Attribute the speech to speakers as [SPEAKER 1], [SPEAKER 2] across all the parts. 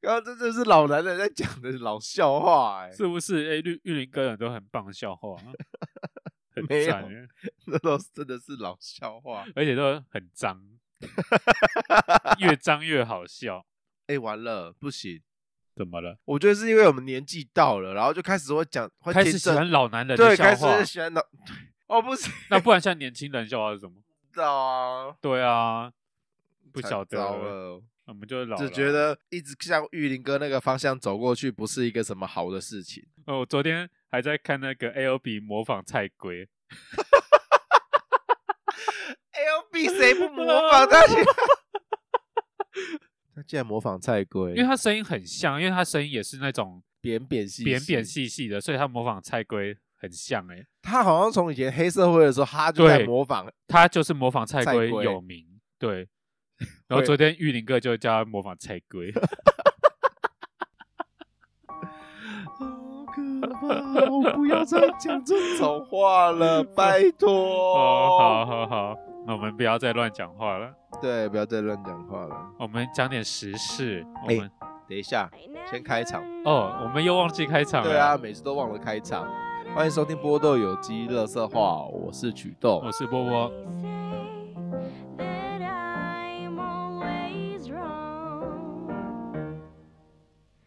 [SPEAKER 1] 刚刚这就是老男人在讲的老笑话 哎、
[SPEAKER 2] 是不是？哎、玉玉林哥很多很棒的笑 话啊，很
[SPEAKER 1] 没有
[SPEAKER 2] 赞耶
[SPEAKER 1] 这都是真的是老笑话。
[SPEAKER 2] 而且都很 脏，越脏越好笑。
[SPEAKER 1] 哎、完了，不行，
[SPEAKER 2] 怎么了？
[SPEAKER 1] 我觉得是因为我们年纪到了，然后就开始会讲，会
[SPEAKER 2] 开
[SPEAKER 1] 听
[SPEAKER 2] 始喜
[SPEAKER 1] 这
[SPEAKER 2] 欢老男人的
[SPEAKER 1] 对，
[SPEAKER 2] 笑
[SPEAKER 1] 开
[SPEAKER 2] 话
[SPEAKER 1] 始，喜欢老， 哦，不知
[SPEAKER 2] 那不然像年轻人笑话是什么？
[SPEAKER 1] 道啊，
[SPEAKER 2] 对啊，不晓
[SPEAKER 1] 太糟
[SPEAKER 2] 得，
[SPEAKER 1] 了，
[SPEAKER 2] 我们就老
[SPEAKER 1] 只
[SPEAKER 2] 了啊
[SPEAKER 1] 觉得一直向玉林哥那个方向走过去，不是一个什么好的事情。
[SPEAKER 2] 呃，我昨天还在看那个 A O B 模仿蔡圭，
[SPEAKER 1] L B 哎谁不模 仿他？ 他竟然模仿蔡圭
[SPEAKER 2] 因为，他声音很像，因为他声音也是那种
[SPEAKER 1] 扁扁细，
[SPEAKER 2] 扁扁，细细的，所以他模仿蔡圭很像哎、
[SPEAKER 1] 他好像从以前黑社会的时候，他就在
[SPEAKER 2] 对
[SPEAKER 1] 模仿。
[SPEAKER 2] 他就是模仿蔡
[SPEAKER 1] 蔡
[SPEAKER 2] 圭
[SPEAKER 1] 圭
[SPEAKER 2] 有名， 对。然后
[SPEAKER 1] 会
[SPEAKER 2] 昨天玉林哥就叫他模仿蔡圭，
[SPEAKER 1] 好可怕！我不要再讲这种话 了，拜
[SPEAKER 2] 哦，
[SPEAKER 1] 托。
[SPEAKER 2] 好好好，那我们不要再乱讲话了，
[SPEAKER 1] 对，不要再乱讲话了。
[SPEAKER 2] 我们讲点实事。我
[SPEAKER 1] 哎
[SPEAKER 2] 们、
[SPEAKER 1] 等一下，先开场。
[SPEAKER 2] 哦，我们又忘记开场了。
[SPEAKER 1] 对啊，，每次都忘了开场。欢迎收听波豆有机乐色话，我是曲豆。
[SPEAKER 2] 我是波波，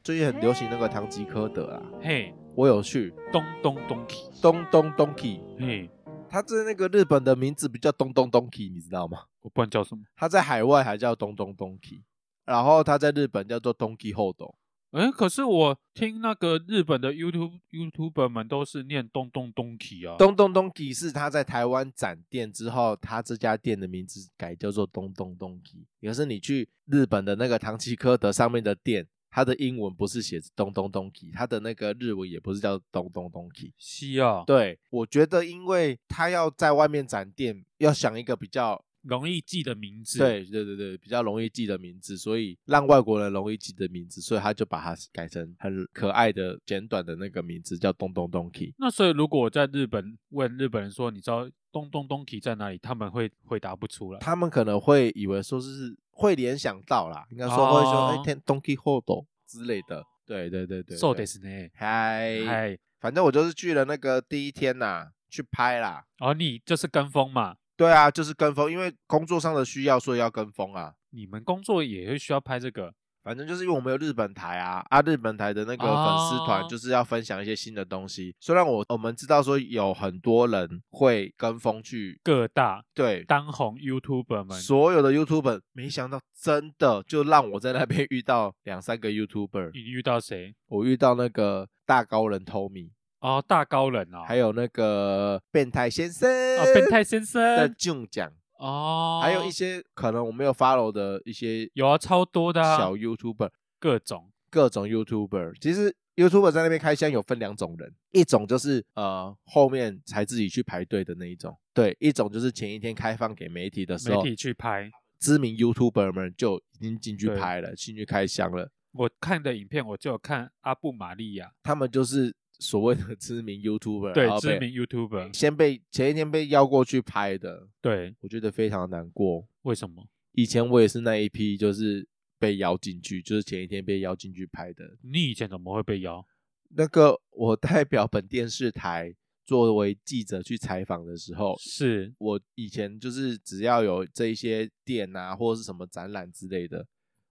[SPEAKER 1] 最近很流行那个唐吉诃德啊，
[SPEAKER 2] 嘿，
[SPEAKER 1] 我有去
[SPEAKER 2] 咚咚咚 key，
[SPEAKER 1] 东东东 key，
[SPEAKER 2] 嘿，
[SPEAKER 1] 他在那个日本的名字不叫东东东 key，你知道吗？
[SPEAKER 2] 我不然叫什么？
[SPEAKER 1] 他在海外还叫东东东 key，然后他在日本叫做东 key 后斗。
[SPEAKER 2] 哎，可是我听那个日本的 YouTube YouTuber 们都是念咚咚咚 key 啊。
[SPEAKER 1] 东东东 key 是他在台湾展店之后，他这家店的名字改叫做东东东 key。可是你去日本的那个唐吉诃德上面的店，它的英文不是写东东东 key，它的那个日文也不是叫东东东 key。
[SPEAKER 2] 西啊，
[SPEAKER 1] 对，我觉得因为他要在外面展店，要想一个比较
[SPEAKER 2] 容易记的名字。，
[SPEAKER 1] 对对对对，比较容易记的名字，所以让外国人容易记的名字，所以他就把它改成很可爱的简短的那个名字，叫东东东 key。
[SPEAKER 2] 那所以如果我在日本问日本人说，你知道咚咚咚 key 在哪里？他们会回答不出来。
[SPEAKER 1] 他们可能会以为说是会联想到啦，应该说会说
[SPEAKER 2] 哦
[SPEAKER 1] 哎、天东 key 后斗之类的。对对对对，
[SPEAKER 2] So
[SPEAKER 1] 对
[SPEAKER 2] this 呢？
[SPEAKER 1] 嗨，
[SPEAKER 2] 哎，
[SPEAKER 1] 反正我就是去了那个第一天呐、去拍啦。
[SPEAKER 2] 哦，你就是跟风嘛。
[SPEAKER 1] 对啊，就是跟风，因为工作上的需要，所以要跟风啊。
[SPEAKER 2] 你们工作也会需要拍这个
[SPEAKER 1] 反正就是因为我们有日本台啊，啊，日本台的那个粉丝团
[SPEAKER 2] 哦
[SPEAKER 1] 就是要分享一些新的东西。虽然我我们知道说有很多人会跟风去
[SPEAKER 2] 各大
[SPEAKER 1] 对
[SPEAKER 2] 当红 YouTuber 们，
[SPEAKER 1] 所有的 YouTuber，没想到真的就让我在那边遇到两三个 YouTuber，
[SPEAKER 2] 你遇到谁？
[SPEAKER 1] 我遇到那个大高人 Tommy，
[SPEAKER 2] 哦，大高人哦，
[SPEAKER 1] 还
[SPEAKER 2] 有
[SPEAKER 1] 有那个变态先生，
[SPEAKER 2] 哦，变态先
[SPEAKER 1] 的
[SPEAKER 2] 生
[SPEAKER 1] 中奖，
[SPEAKER 2] 哦，
[SPEAKER 1] 还有一些可能我没有 follow 的一些
[SPEAKER 2] 有啊，超多的、啊，
[SPEAKER 1] 小 YouTuber，
[SPEAKER 2] 各种
[SPEAKER 1] 各种 YouTuber，其实 YouTuber 在那边开箱有分两种人，一种就是呃后面才自己去排队的那一种，对，一种就是前一天开放给媒体的时
[SPEAKER 2] 媒
[SPEAKER 1] 候，
[SPEAKER 2] 体去拍。
[SPEAKER 1] 知名 YouTuber 们就已经进去
[SPEAKER 2] 对
[SPEAKER 1] 拍了，进去开箱了，
[SPEAKER 2] 我看的影片，我就有看阿布玛利亚，
[SPEAKER 1] 他们就是所谓的 知名 YouTuber，
[SPEAKER 2] 对
[SPEAKER 1] 然，后
[SPEAKER 2] 知
[SPEAKER 1] 哦被
[SPEAKER 2] 名 YouTuber，
[SPEAKER 1] 先被前一天被邀过去拍的，
[SPEAKER 2] 对，
[SPEAKER 1] 我觉得非常难过。
[SPEAKER 2] 为什么？
[SPEAKER 1] 以前我也是那一批，就是被邀进去，就是前一天被邀进去拍的。
[SPEAKER 2] 你以前怎么会被邀？
[SPEAKER 1] 那个我代表本电视台作为记者去采访的时候，
[SPEAKER 2] 是
[SPEAKER 1] 我以前就是只要有这一些店啊，或者是什么展览之类的，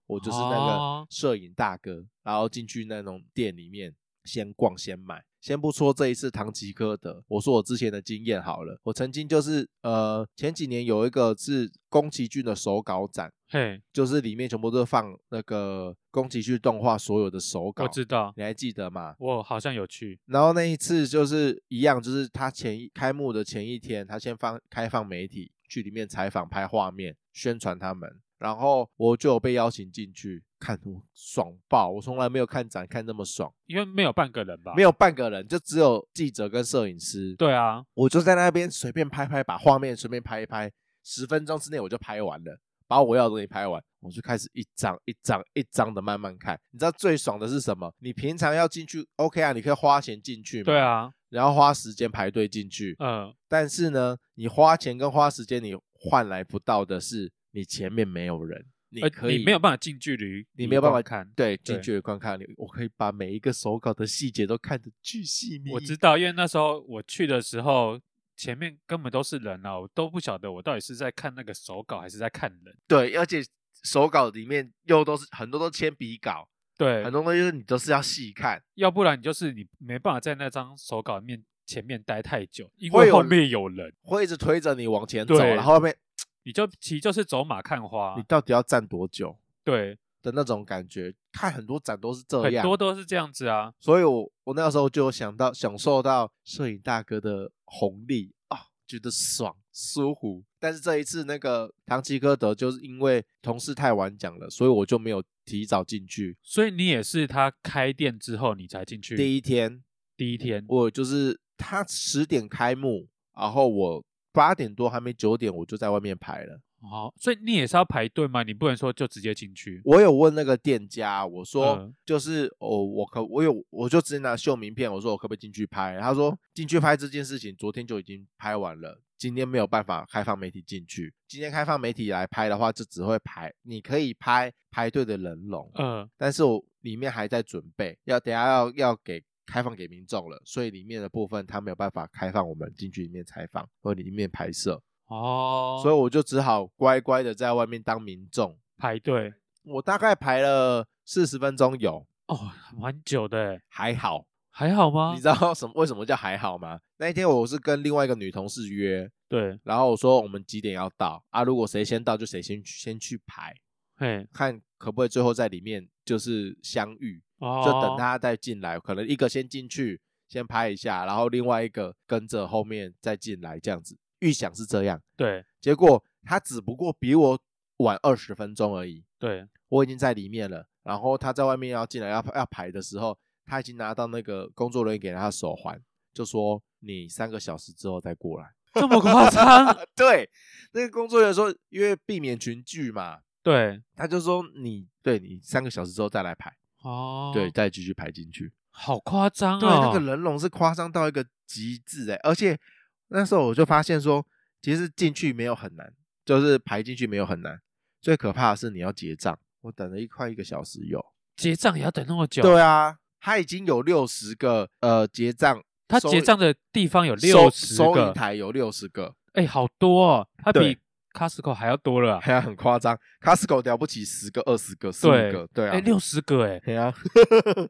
[SPEAKER 1] 我就是那
[SPEAKER 2] 哦
[SPEAKER 1] 个摄影大哥，然后进去那种店里面先逛先买。先不说这一次唐吉诃德，我说我之前的经验好了。我曾经就是呃前几年有一个是宫崎骏的手稿展，
[SPEAKER 2] 嘿，
[SPEAKER 1] 就是里面全部都放那个宫崎骏动画所有的手稿
[SPEAKER 2] 我，知道，
[SPEAKER 1] 你还记得吗？
[SPEAKER 2] 我好像有去，
[SPEAKER 1] 然后那一次就是一样，就是他前一开幕的前一天，他先放开放媒体去里面采访、拍画面、宣传他们，然后我就有被邀请进去看，我爽爆！我从来没有看展看那么爽，
[SPEAKER 2] 因为没有半个人吧？
[SPEAKER 1] 没
[SPEAKER 2] 有，
[SPEAKER 1] 有半个人，就只有记者跟摄影师。，
[SPEAKER 2] 对啊，
[SPEAKER 1] 我就在那边随便拍拍，把画面随便拍一拍，十分钟之内我就拍完了，把我要的东西拍完，我就开始一张一张一张的慢慢看。你知道最爽的是什么？你平常要进去 OK 啊，你可以花钱进去嘛。
[SPEAKER 2] 对啊，
[SPEAKER 1] 然后花时间排队进去。
[SPEAKER 2] 嗯，
[SPEAKER 1] 但是呢，你花钱跟花时间，你换来不到的是你前面没有人。你
[SPEAKER 2] 呃
[SPEAKER 1] 可以、
[SPEAKER 2] 你没有办法近距离，
[SPEAKER 1] 你没有办法
[SPEAKER 2] 看。
[SPEAKER 1] 对近
[SPEAKER 2] 对
[SPEAKER 1] 距离观看，我可以把每一个手稿的细节都看得巨细靡遗。
[SPEAKER 2] 我知道，因为那时候我去的时候，前面根本都是人啊，我都不晓得我到底是在看那个手稿还是在看人。
[SPEAKER 1] 对，而且手稿里面又都是很多都铅笔稿，
[SPEAKER 2] 对
[SPEAKER 1] 很，多东西就是你都是要细看。
[SPEAKER 2] 要不然你就是你没办法在那张手稿面前面待太久，因
[SPEAKER 1] 会
[SPEAKER 2] 为
[SPEAKER 1] 有
[SPEAKER 2] 后面有人，
[SPEAKER 1] 会一直推着你往前走，
[SPEAKER 2] 对啊
[SPEAKER 1] 然后后面
[SPEAKER 2] 你就其实就是走马看花
[SPEAKER 1] 你。到底要站多久
[SPEAKER 2] 对，
[SPEAKER 1] 的那种感觉，看很多展都是这
[SPEAKER 2] 很
[SPEAKER 1] 样
[SPEAKER 2] 多。都是这样子啊。
[SPEAKER 1] 所以我我那个时候就想到享受到摄影大哥的红利啊，觉得爽舒服。但是这一次那个唐吉诃德就是因为同事太晚讲了，所以我就没有提早进去。
[SPEAKER 2] 所以你也是他开店之后你才进去
[SPEAKER 1] 第一天
[SPEAKER 2] 第一天，
[SPEAKER 1] 我就是他十点开幕，然后我八点多还没九点我就在外面排了。
[SPEAKER 2] 哦，所以你也是要排队吗？你不能说就直接进去。
[SPEAKER 1] 我有问那个店家，我说
[SPEAKER 2] 嗯
[SPEAKER 1] 就是哦，我可我有我就直接拿秀名片，我说我可不可以进去拍？他说进去拍这件事情昨天就已经拍完了，今天没有办法开放媒体进去。今天开放媒体来拍的话，就只会排你可以拍排队的人龙，
[SPEAKER 2] 嗯，
[SPEAKER 1] 但是我里面还在准备，要等下要要给开放给民众了，所以里面的部分他没有办法开放我们进去里面采访或里面拍摄，
[SPEAKER 2] 哦，
[SPEAKER 1] 所以我就只好乖乖的在外面当民众。
[SPEAKER 2] 排队
[SPEAKER 1] 我大概排了四十分钟有，
[SPEAKER 2] 哦，蛮久的欸，
[SPEAKER 1] 还好。
[SPEAKER 2] 还好吗？
[SPEAKER 1] 你知道什么为什么叫还好吗？那一天我是跟另外一个女同事约，
[SPEAKER 2] 对，
[SPEAKER 1] 然后我说我们几点要到啊？如果谁先到就谁先去先去排，
[SPEAKER 2] 嘿，
[SPEAKER 1] 看可不可以最后在里面就是相遇，
[SPEAKER 2] 哦，
[SPEAKER 1] 就等他再进来，可能一个先进去先拍一下，然后另外一个跟着后面再进来这样子。预想是这样，
[SPEAKER 2] 对
[SPEAKER 1] 结果他只不过比我晚二十分钟而已。
[SPEAKER 2] 对，
[SPEAKER 1] 我已经在里面了，然后他在外面要进来要要排的时候，他已经拿到那个工作人员给他的手环，就说你三个小时之后再过来。
[SPEAKER 2] 这么夸 张？
[SPEAKER 1] 啊对，那个工作人员说，因为避免群聚嘛，
[SPEAKER 2] 对，
[SPEAKER 1] 他就说你对你三个小时之后再来排，
[SPEAKER 2] 哦，
[SPEAKER 1] 对，，再继续排进去。
[SPEAKER 2] 好夸张啊！
[SPEAKER 1] 对，那个人龙是夸张到一个极致哎、而且那时候我就发现说，其实进去没有很难，就是排进去没有很难，最可怕的是你要结账。我等了一快一个小时有。
[SPEAKER 2] 结账也要等那么久，
[SPEAKER 1] 对啊，他已经有六十个呃结账，
[SPEAKER 2] 他
[SPEAKER 1] 收
[SPEAKER 2] 结
[SPEAKER 1] 银
[SPEAKER 2] 账的地方有
[SPEAKER 1] 收
[SPEAKER 2] 六十
[SPEAKER 1] 收银
[SPEAKER 2] 个，
[SPEAKER 1] 台有六十个，
[SPEAKER 2] 哎，好多哦，它
[SPEAKER 1] 对
[SPEAKER 2] 比 Costco 还要多了啊，
[SPEAKER 1] 还哎很夸张。Costco 了不起十个、二十个、十五
[SPEAKER 2] 对
[SPEAKER 1] 个，对
[SPEAKER 2] 哎，
[SPEAKER 1] 啊，
[SPEAKER 2] 六十个，哎，
[SPEAKER 1] 对啊，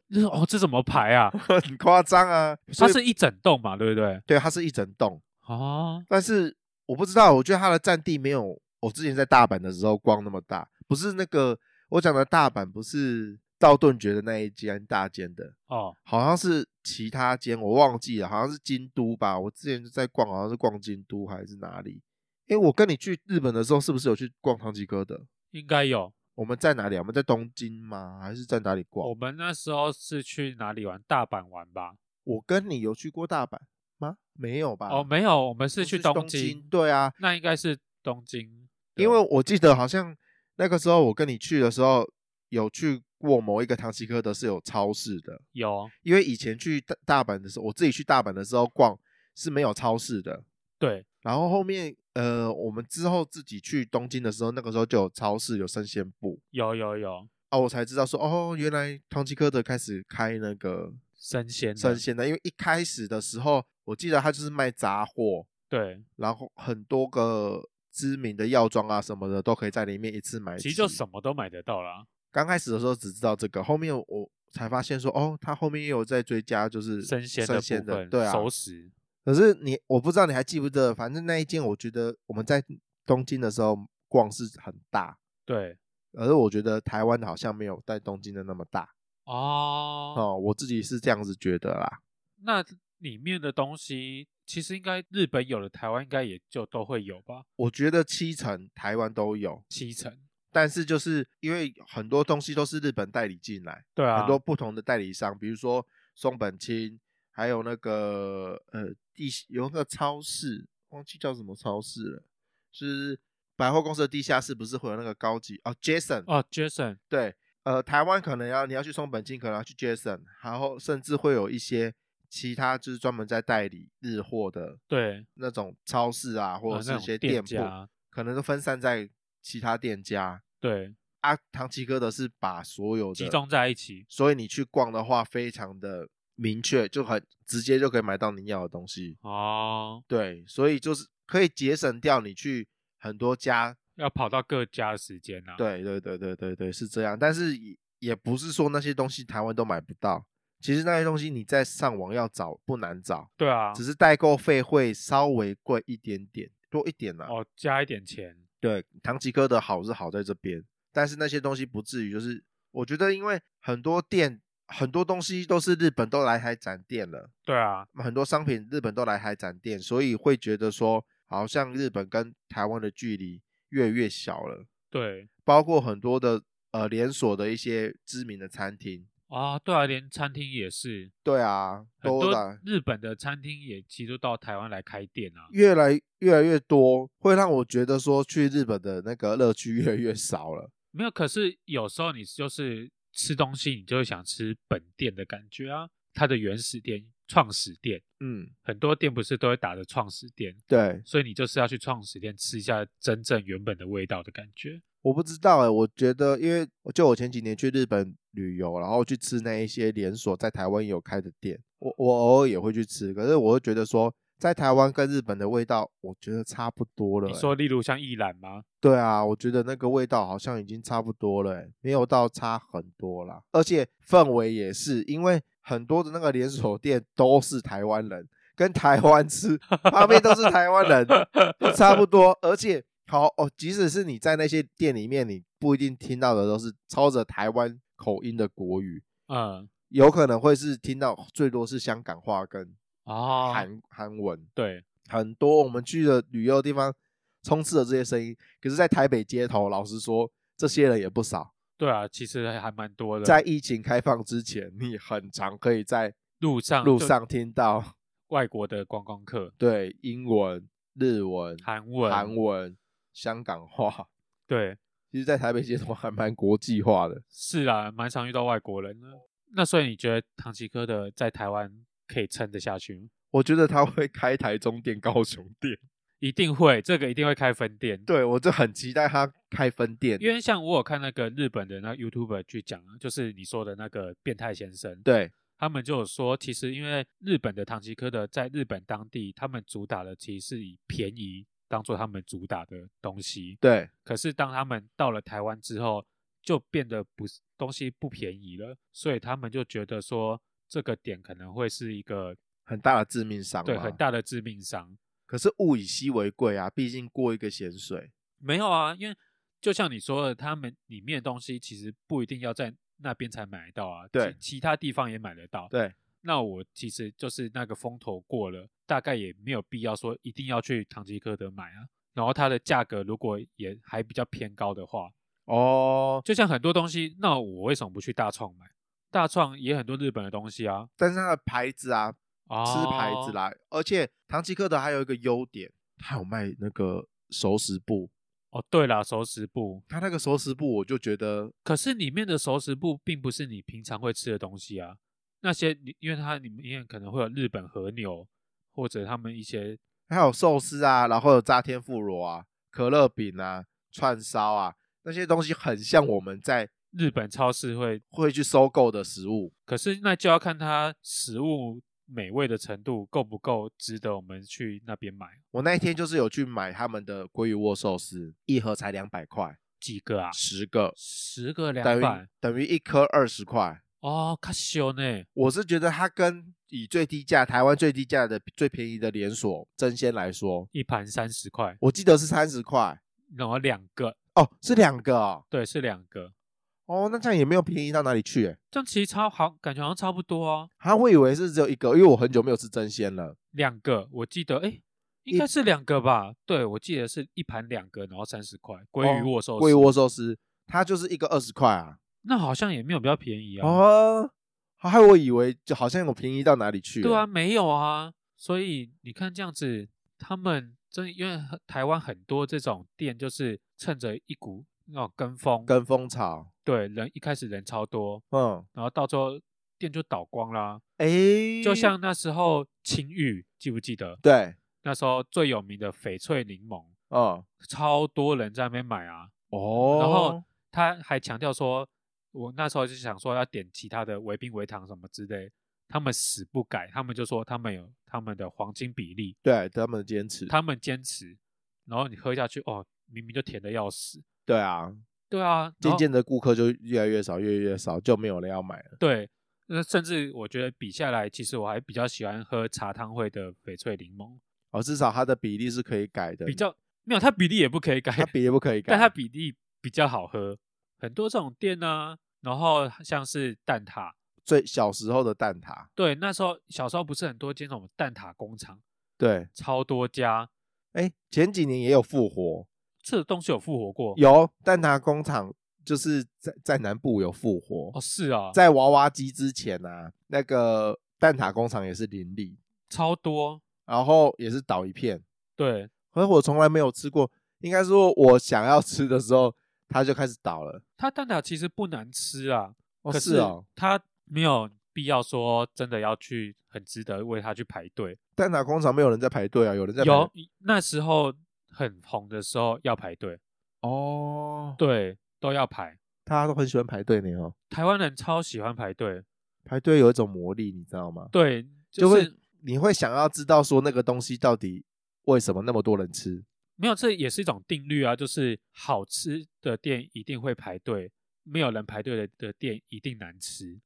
[SPEAKER 2] 这哦，这怎么排啊？
[SPEAKER 1] 很夸张啊。所
[SPEAKER 2] 它
[SPEAKER 1] 以
[SPEAKER 2] 是一整栋嘛，对不对？
[SPEAKER 1] 对，它是一整栋，
[SPEAKER 2] 哦，
[SPEAKER 1] 但是我不知道，我觉得它的占地没有我之前在大阪的时候逛那么大，不是那个我讲的大阪，不是道顿崛的那一间大间的，
[SPEAKER 2] 哦，
[SPEAKER 1] 好像是其他间，我忘记了，好像是京都吧。我之前就在逛，好像是逛京都还是哪里？诶，我跟你去日本的时候，是不是有去逛唐吉诃德？
[SPEAKER 2] 应该有。
[SPEAKER 1] 我们在哪里啊？我们在东京吗？还是在哪里逛？
[SPEAKER 2] 我们那时候是去哪里玩？大阪玩吧？
[SPEAKER 1] 我跟你有去过大阪吗？没有吧？
[SPEAKER 2] 哦，没有，我们
[SPEAKER 1] 我
[SPEAKER 2] 是去
[SPEAKER 1] 啊东
[SPEAKER 2] 京。
[SPEAKER 1] 对啊，
[SPEAKER 2] 那应该是东京，对
[SPEAKER 1] 因为我记得好像那个时候我跟你去的时候，有去过某一个唐吉诃德是有超市的。
[SPEAKER 2] 有
[SPEAKER 1] 因为以前去大大阪的时候，我自己去大阪的时候逛是没有超市的。
[SPEAKER 2] 对
[SPEAKER 1] 然后后面呃，我们之后自己去东京的时候，那个时候就有超市有生鲜部
[SPEAKER 2] 有有有
[SPEAKER 1] 啊，我才知道说哦，原来唐吉诃德开始开那个
[SPEAKER 2] 生鲜的
[SPEAKER 1] 生鲜的，因为一开始的时候，我记得他就是卖杂货，
[SPEAKER 2] 对，
[SPEAKER 1] 然后很多个知名的药妆啊什么的都可以在里面一次买齐。
[SPEAKER 2] 其实就什么都买得到啦，
[SPEAKER 1] 刚开始的时候只知道这个，后面我才发现说哦，他后面也有在追加，就是
[SPEAKER 2] 生鲜
[SPEAKER 1] 生
[SPEAKER 2] 的
[SPEAKER 1] 鲜
[SPEAKER 2] 部
[SPEAKER 1] 的，
[SPEAKER 2] 分，
[SPEAKER 1] 对啊，
[SPEAKER 2] 熟食
[SPEAKER 1] 可是你，我不知道你还记不记得，反正那一间我觉得我们在东京的时候逛是很大，
[SPEAKER 2] 对
[SPEAKER 1] 而我觉得台湾好像没有在东京的那么大
[SPEAKER 2] 哦。
[SPEAKER 1] 哦，我自己是这样子觉得啦。
[SPEAKER 2] 那里面的东西其实应该日本有的，台湾应该也就都会有吧，
[SPEAKER 1] 我觉得七成台湾都有，
[SPEAKER 2] 七成。
[SPEAKER 1] 但是就是因为很多东西都是日本代理进来，
[SPEAKER 2] 对啊，
[SPEAKER 1] 很多不同的代理商，比如说松本清，还有那个呃地有那个超市，忘记叫什么超市了，就是百货公司的地下室，不是会有那个高级哦，Jason
[SPEAKER 2] 哦，Jason，
[SPEAKER 1] 对，呃，台湾可能要你要去松本清，可能要去 Jason，然后甚至会有一些其他就是专门在代理日货的
[SPEAKER 2] 对，
[SPEAKER 1] 那种超市啊，或
[SPEAKER 2] 呃
[SPEAKER 1] 者
[SPEAKER 2] 那
[SPEAKER 1] 是一
[SPEAKER 2] 种
[SPEAKER 1] 些
[SPEAKER 2] 店
[SPEAKER 1] 铺，
[SPEAKER 2] 家
[SPEAKER 1] 可能都分散在其他店家。
[SPEAKER 2] 对，
[SPEAKER 1] 啊，唐吉诃德是把所有的
[SPEAKER 2] 集中在一起
[SPEAKER 1] 所以你去逛的话，非常的明确，就很直接就可以买到你要的东西。
[SPEAKER 2] 哦，
[SPEAKER 1] 对，所以就是可以节省掉你去很多家。
[SPEAKER 2] 要跑到各家的时间啊。，
[SPEAKER 1] 对对对对对对，是这样。但是也也不是说那些东西台湾都买不到，其实那些东西你在上网要找不难找，
[SPEAKER 2] 对啊，
[SPEAKER 1] 只是代购费会稍微贵一点点，多一点啦、
[SPEAKER 2] 哦，加一点钱，
[SPEAKER 1] 对，唐吉诃德好是好在这边，但是那些东西不至于就是，我觉得因为很多店很多东西都是日本都来台展店了，
[SPEAKER 2] 对啊，
[SPEAKER 1] 很多商品日本都来台展店，所以会觉得说好像日本跟台湾的距离越来越小了，
[SPEAKER 2] 对
[SPEAKER 1] 包括很多的呃连锁的一些知名的餐厅，
[SPEAKER 2] 啊，对啊，连餐厅也是，
[SPEAKER 1] 对啊，
[SPEAKER 2] 很
[SPEAKER 1] 都
[SPEAKER 2] 多
[SPEAKER 1] 来
[SPEAKER 2] 日本的餐厅也其实都到台湾来开店啊。
[SPEAKER 1] 越来越来越多，会让我觉得说去日本的那个乐趣越来越少了。
[SPEAKER 2] 没有，可是有时候你就是吃东西，你就会想吃本店的感觉啊，它的原始店、创始店，
[SPEAKER 1] 嗯，
[SPEAKER 2] 很多店不是都会打着创始店，
[SPEAKER 1] 对，
[SPEAKER 2] 所以你就是要去创始店吃一下真正原本的味道的感觉。
[SPEAKER 1] 我不知道哎、我觉得因为就我前几年去日本旅游，然后去吃那一些连锁在台湾有开的店，我我偶尔也会去吃，可是我会觉得说，在台湾跟日本的味道，我觉得差不多了欸、
[SPEAKER 2] 你说，例如像一兰吗？
[SPEAKER 1] 对啊，我觉得那个味道好像已经差不多了欸、没有到差很多啦。而且氛围也是，因为很多的那个连锁店都是台湾人，跟台湾吃，旁边都是台湾人，就差不多。而且好哦，即使是你在那些店里面，你不一定听到的都是操着台湾口音的国语，
[SPEAKER 2] 嗯，
[SPEAKER 1] 有可能会是听到最多是香港话跟
[SPEAKER 2] 哦，
[SPEAKER 1] 韩、韩文。
[SPEAKER 2] 对，
[SPEAKER 1] 很多我们去的旅游地方充斥着这些声音，可是，在台北街头，老实说，这些人也不少。
[SPEAKER 2] 对啊，其实还蛮多的，
[SPEAKER 1] 在疫情开放之前，你很常可以在
[SPEAKER 2] 路上
[SPEAKER 1] 路
[SPEAKER 2] 就
[SPEAKER 1] 上听到
[SPEAKER 2] 外国的观光客，
[SPEAKER 1] 对英文、日文、
[SPEAKER 2] 韩文，
[SPEAKER 1] 韩文、香港话。
[SPEAKER 2] 对，
[SPEAKER 1] 其实，在台北街头还蛮国际化的。
[SPEAKER 2] 是啊，蛮常遇到外国人的。那所以你觉得唐吉诃德在台湾可以撑得下去吗？
[SPEAKER 1] 我觉得他会开台中店、高雄店，
[SPEAKER 2] 一定会，这个一定会开分店。，
[SPEAKER 1] 对我就很期待他开分店。
[SPEAKER 2] 因为像我有看那个日本的那 YouTuber 去讲啊，就是你说的那个变态先生，
[SPEAKER 1] 对，
[SPEAKER 2] 他们就有说，其实因为日本的唐吉诃德在日本当地，他们主打的其实是以便宜当做他们主打的东西。
[SPEAKER 1] 对，
[SPEAKER 2] 可是当他们到了台湾之后，就变得不是东西不便宜了，所以他们就觉得说这个点可能会是一个
[SPEAKER 1] 很大的致命伤。
[SPEAKER 2] 对很。大的致命伤。
[SPEAKER 1] 可是物以稀为贵啊，毕竟过一个咸水。
[SPEAKER 2] 没有啊，因为就像你说的，他们里面的东西其实不一定要在那边才买得到啊，
[SPEAKER 1] 对
[SPEAKER 2] 其，其他地方也买得到。
[SPEAKER 1] 对，
[SPEAKER 2] 那我其实就是那个风头过了，大概也没有必要说一定要去唐吉诃德买啊。然后它的价格如果也还比较偏高的话，
[SPEAKER 1] 哦，
[SPEAKER 2] 就像很多东西，那我为什么不去大创买？大创也很多日本的东西啊，
[SPEAKER 1] 但是它的牌子啊，
[SPEAKER 2] 啊，
[SPEAKER 1] 吃牌子，啦，而且唐吉诃德还有一个优点，它有卖那个熟食布，
[SPEAKER 2] 哦，对啦，熟食部，
[SPEAKER 1] 它那个熟食布我就觉得
[SPEAKER 2] 可是里面的熟食部并不是你平常会吃的东西啊。那些你因为它里面可能会有日本和牛，或者他们一些
[SPEAKER 1] 还有寿司啊，然后有炸天妇罗啊、可乐饼啊、串烧啊那些东西，很像我们在
[SPEAKER 2] 日本超市会，
[SPEAKER 1] 会去收购的食物。
[SPEAKER 2] 可是那就要看它食物美味的程度够不够值得我们去那边买
[SPEAKER 1] 我那一天就是有去买他们的鲑鱼握寿司，一盒才两百块，
[SPEAKER 2] 几个啊？
[SPEAKER 1] 十个，
[SPEAKER 2] 十个两
[SPEAKER 1] 等
[SPEAKER 2] 百
[SPEAKER 1] 于等于一颗二十块。
[SPEAKER 2] 哦，卡修呢？
[SPEAKER 1] 我是觉得它跟以最低价台湾最低价的最便宜的连锁真鲜来说，
[SPEAKER 2] 一盘三十块，
[SPEAKER 1] 我记得是三十块
[SPEAKER 2] 然后两个，
[SPEAKER 1] 哦，是两个哦，
[SPEAKER 2] 对，是两个。
[SPEAKER 1] 哦，那这样也没有便宜到哪里去诶。
[SPEAKER 2] 这样其实差好，感觉好像差不多啊。
[SPEAKER 1] 他会以为是只有一个，因为我很久没有吃真鲜了。
[SPEAKER 2] 两个，我记得，哎，应
[SPEAKER 1] 一
[SPEAKER 2] 该是两个吧？对，我记得是一盘两个，然后三十块鲑鱼握
[SPEAKER 1] 哦
[SPEAKER 2] 寿司，
[SPEAKER 1] 鲑鱼握寿司，它就是一个二十块啊。
[SPEAKER 2] 那好像也没有比较便宜啊。
[SPEAKER 1] 哦，害我以为就好像有便宜到哪里去。
[SPEAKER 2] 对啊，，没有啊。所以你看这样子，他们真的因为很台湾很多这种店，就是趁着一股那种跟风，
[SPEAKER 1] 跟风潮。
[SPEAKER 2] 对人一开始人超多，
[SPEAKER 1] 嗯，
[SPEAKER 2] 然后到最后店就倒光啦。
[SPEAKER 1] 诶，
[SPEAKER 2] 就像那时候青玉，记不记得？
[SPEAKER 1] 对，
[SPEAKER 2] 那时候最有名的翡翠柠檬，
[SPEAKER 1] 嗯，
[SPEAKER 2] 超多人在那边买啊。
[SPEAKER 1] 哦，
[SPEAKER 2] 然后他还强调说，我那时候就想说要点其他的维冰、维糖什么之类，他们死不改，他们就说他们有他们的黄金比例，
[SPEAKER 1] 对他们的坚持，
[SPEAKER 2] 他们坚持，然后你喝下去，哦，明明就甜的要死，
[SPEAKER 1] 对啊，
[SPEAKER 2] 对啊，然
[SPEAKER 1] 渐
[SPEAKER 2] 后
[SPEAKER 1] 渐的顾客就越来越少，越来越少，就没有人要买了。
[SPEAKER 2] 对，那甚至我觉得比下来，其实我还比较喜欢喝茶汤会的翡翠柠檬，
[SPEAKER 1] 哦，至少它的比例是可以改的，
[SPEAKER 2] 比较没有它比例也不可以改，
[SPEAKER 1] 它比例不可以改，
[SPEAKER 2] 但它比例比较好喝，很多这种店呢、然后像是蛋挞，
[SPEAKER 1] 最小时候的蛋挞，
[SPEAKER 2] 对，那时候小时候不是很多间那种蛋挞工厂，
[SPEAKER 1] 对，
[SPEAKER 2] 超多家，
[SPEAKER 1] 哎，前几年也有复活，
[SPEAKER 2] 这东西有复活过，
[SPEAKER 1] 有蛋挞工厂，就是在在南部有复活，
[SPEAKER 2] 哦，是啊，
[SPEAKER 1] 在娃娃机之前啊，那个蛋挞工厂也是林立，
[SPEAKER 2] 超多，
[SPEAKER 1] 然后也是倒一片，
[SPEAKER 2] 对，
[SPEAKER 1] 可是我从来没有吃过，应该说我想要吃的时候，它就开始倒了。
[SPEAKER 2] 它蛋挞其实不难吃啊，
[SPEAKER 1] 哦，
[SPEAKER 2] 可
[SPEAKER 1] 是哦，，
[SPEAKER 2] 它没有必要说真的要去很值得为它去排队。
[SPEAKER 1] 蛋挞工厂没有人在排队啊，有人在排
[SPEAKER 2] 有那时候很红的时候要排队，
[SPEAKER 1] 哦，
[SPEAKER 2] 对，都要排。
[SPEAKER 1] 大家都很喜欢排队呢哦，
[SPEAKER 2] 台湾人超喜欢排队，
[SPEAKER 1] 排队有一种魔力，你知道吗？
[SPEAKER 2] 对，
[SPEAKER 1] 就
[SPEAKER 2] 就是
[SPEAKER 1] 会你会想要知道说那个东西到底为什么那么多人吃，
[SPEAKER 2] 没有，这也是一种定律啊，就是好吃的店一定会排队，没有人排队的的店一定难吃。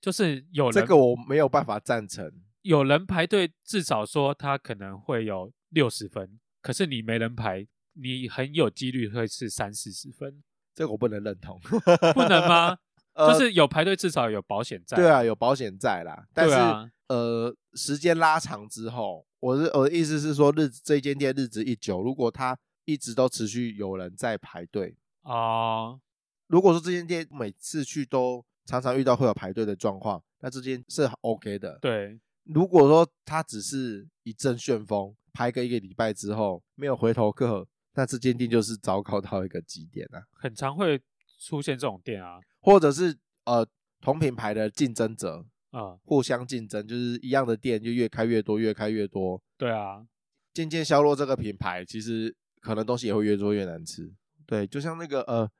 [SPEAKER 2] 就是有人
[SPEAKER 1] 这个我没有办法赞成。
[SPEAKER 2] 有人排队，至少说他可能会有六十分，可是你没人排，你很有几率会是三四十分，
[SPEAKER 1] 这个我不能认同，
[SPEAKER 2] 不能吗？
[SPEAKER 1] 呃
[SPEAKER 2] 就是有排队，至少有保险在。
[SPEAKER 1] 对，啊，有保险在啦，但是、
[SPEAKER 2] 对啊
[SPEAKER 1] 呃，时间拉长之后，我是我的意思是说日，这间店日子一久，如果它一直都持续有人在排队，
[SPEAKER 2] 哦，
[SPEAKER 1] 如果说这间店每次去都常常遇到会有排队的状况，那这间是 OK 的。，
[SPEAKER 2] 对，
[SPEAKER 1] 如果说它只是一阵旋风，排个一个礼拜之后没有回头客，那这间店就是糟糕到一个极点啊，
[SPEAKER 2] 很常会出现这种店啊，
[SPEAKER 1] 或者是呃同品牌的竞争者
[SPEAKER 2] 啊、
[SPEAKER 1] 互相竞争，就是一样的店就越开越多，越开越多，
[SPEAKER 2] 对啊，
[SPEAKER 1] 渐渐削弱这个品牌，其实可能东西也会越做越难吃。对，就像那个呃，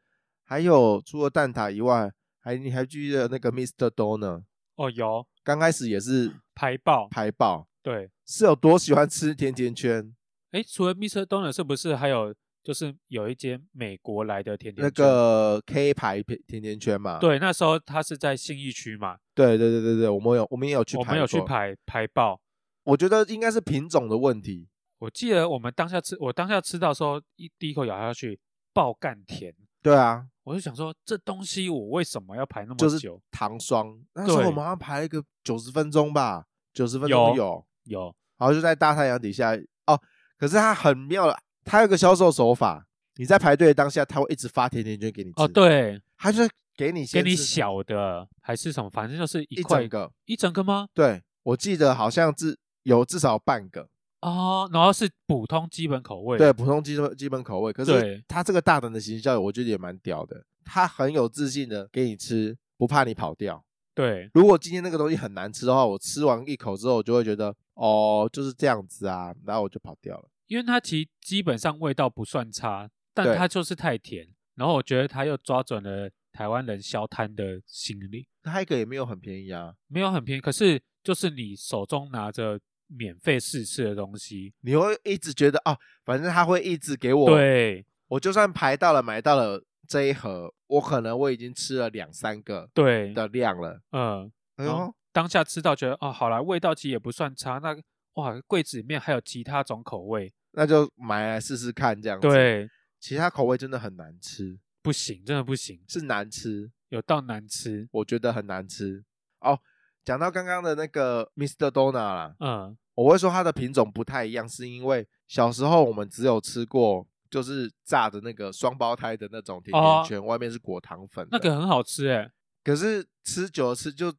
[SPEAKER 1] 还有除了蛋挞以外，还你还记得那个 Mr. Donut，
[SPEAKER 2] 哦，有
[SPEAKER 1] 刚开始也是
[SPEAKER 2] 排爆，
[SPEAKER 1] 排爆，
[SPEAKER 2] 对，
[SPEAKER 1] 是有多喜欢吃甜甜圈？
[SPEAKER 2] 诶，除了 Mr. Donut 是不是还有就是有一间美国来的甜甜
[SPEAKER 1] 那
[SPEAKER 2] 圈？
[SPEAKER 1] 个 K 牌甜甜甜圈嘛？
[SPEAKER 2] 对，那时候他是在信义区嘛，
[SPEAKER 1] 对对对对对，我们有我们也有去
[SPEAKER 2] 我
[SPEAKER 1] 排，
[SPEAKER 2] 们有去，排排爆。
[SPEAKER 1] 我觉得应该是品种的问题。
[SPEAKER 2] 我记得我们当下吃，我当下吃到的时候，一第一口咬下去，爆干甜，
[SPEAKER 1] 对啊，
[SPEAKER 2] 我就想说这东西我为什么要排那么久？
[SPEAKER 1] 就是糖霜，那时候
[SPEAKER 2] 对
[SPEAKER 1] 我们好像排了一个九十分钟吧，九十分钟
[SPEAKER 2] 有
[SPEAKER 1] 有
[SPEAKER 2] 有
[SPEAKER 1] 然后就在大太阳底下哦。可是它很妙了，它有个销售手法，你在排队的当下，它会一直发甜甜圈给你吃。
[SPEAKER 2] 哦，，对，
[SPEAKER 1] 它就给你
[SPEAKER 2] 给
[SPEAKER 1] 先
[SPEAKER 2] 你
[SPEAKER 1] 吃
[SPEAKER 2] 小的还是什么，反正就是一
[SPEAKER 1] 一
[SPEAKER 2] 块
[SPEAKER 1] 整个。
[SPEAKER 2] 一整个吗？
[SPEAKER 1] 对，我记得好像至有至少半个，
[SPEAKER 2] 哦，然后是普通基本口味，
[SPEAKER 1] 对，普通基本基本口味。可是
[SPEAKER 2] 对
[SPEAKER 1] 它这个大胆的行销，我觉得也蛮屌的。它很有自信的给你吃，不怕你跑掉。
[SPEAKER 2] 对
[SPEAKER 1] 如果今天那个东西很难吃的话，我吃完一口之后，我就会觉得哦就是这样子啊，然后我就跑掉了。
[SPEAKER 2] 因为它其实基本上味道不算差，但
[SPEAKER 1] 对
[SPEAKER 2] 它就是太甜。然后我觉得它又抓准了台湾人消摊的心理，
[SPEAKER 1] 它一个也没有很便宜啊，
[SPEAKER 2] 没有很便宜，可是就是你手中拿着免费试吃的东西，
[SPEAKER 1] 你会一直觉得哦，反正他会一直给我，
[SPEAKER 2] 对
[SPEAKER 1] 我就算排到了买到了这一盒，我可能我已经吃了两三个
[SPEAKER 2] 对，
[SPEAKER 1] 的量了。
[SPEAKER 2] 嗯，
[SPEAKER 1] 哎
[SPEAKER 2] 哦
[SPEAKER 1] 呦，
[SPEAKER 2] 当下吃到觉得哦，好啦，味道其实也不算差，那哇，柜子里面还有其他种口味，
[SPEAKER 1] 那就买来试试看这样子。，
[SPEAKER 2] 对，
[SPEAKER 1] 其他口味真的很难吃，
[SPEAKER 2] 不行，真的不行，
[SPEAKER 1] 是难吃，
[SPEAKER 2] 有到难吃，
[SPEAKER 1] 我觉得很难吃。哦，讲到刚刚的那个 Mr. Donut 啦，
[SPEAKER 2] 嗯，
[SPEAKER 1] 我会说它的品种不太一样，是因为小时候我们只有吃过。就是炸的那个双胞胎的那种甜
[SPEAKER 2] 哦
[SPEAKER 1] 甜圈，外面是裹糖粉的。
[SPEAKER 2] 那个很好吃欸诶、
[SPEAKER 1] 可是吃久了吃就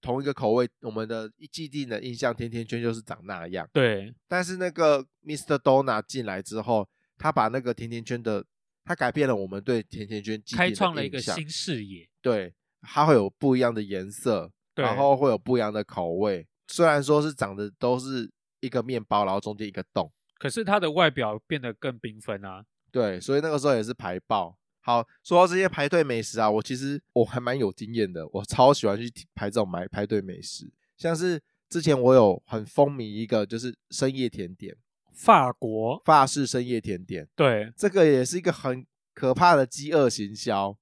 [SPEAKER 1] 同一个口味，我们的既定的印象甜甜圈就是长那样。
[SPEAKER 2] 对，
[SPEAKER 1] 但是那个 Mr. Donut 进来之后，他把那个甜甜圈的，他改变了我们对甜甜圈既定的
[SPEAKER 2] 开创了一个
[SPEAKER 1] 印象
[SPEAKER 2] 新视野，
[SPEAKER 1] 对，它会有不一样的颜色，
[SPEAKER 2] 对，
[SPEAKER 1] 然后会有不一样的口味。虽然说是长得都是一个面包，然后中间一个洞，
[SPEAKER 2] 可是它的外表变得更缤纷啊，
[SPEAKER 1] 对，所以那个时候也是排爆。好，说到这些排队美食啊，我其实我还蛮有经验的，我超喜欢去排这种排排队美食，像是之前我有很风靡一个就是深夜甜点，
[SPEAKER 2] 法国
[SPEAKER 1] 法式深夜甜点，
[SPEAKER 2] 对
[SPEAKER 1] 这个也是一个很可怕的饥饿行销。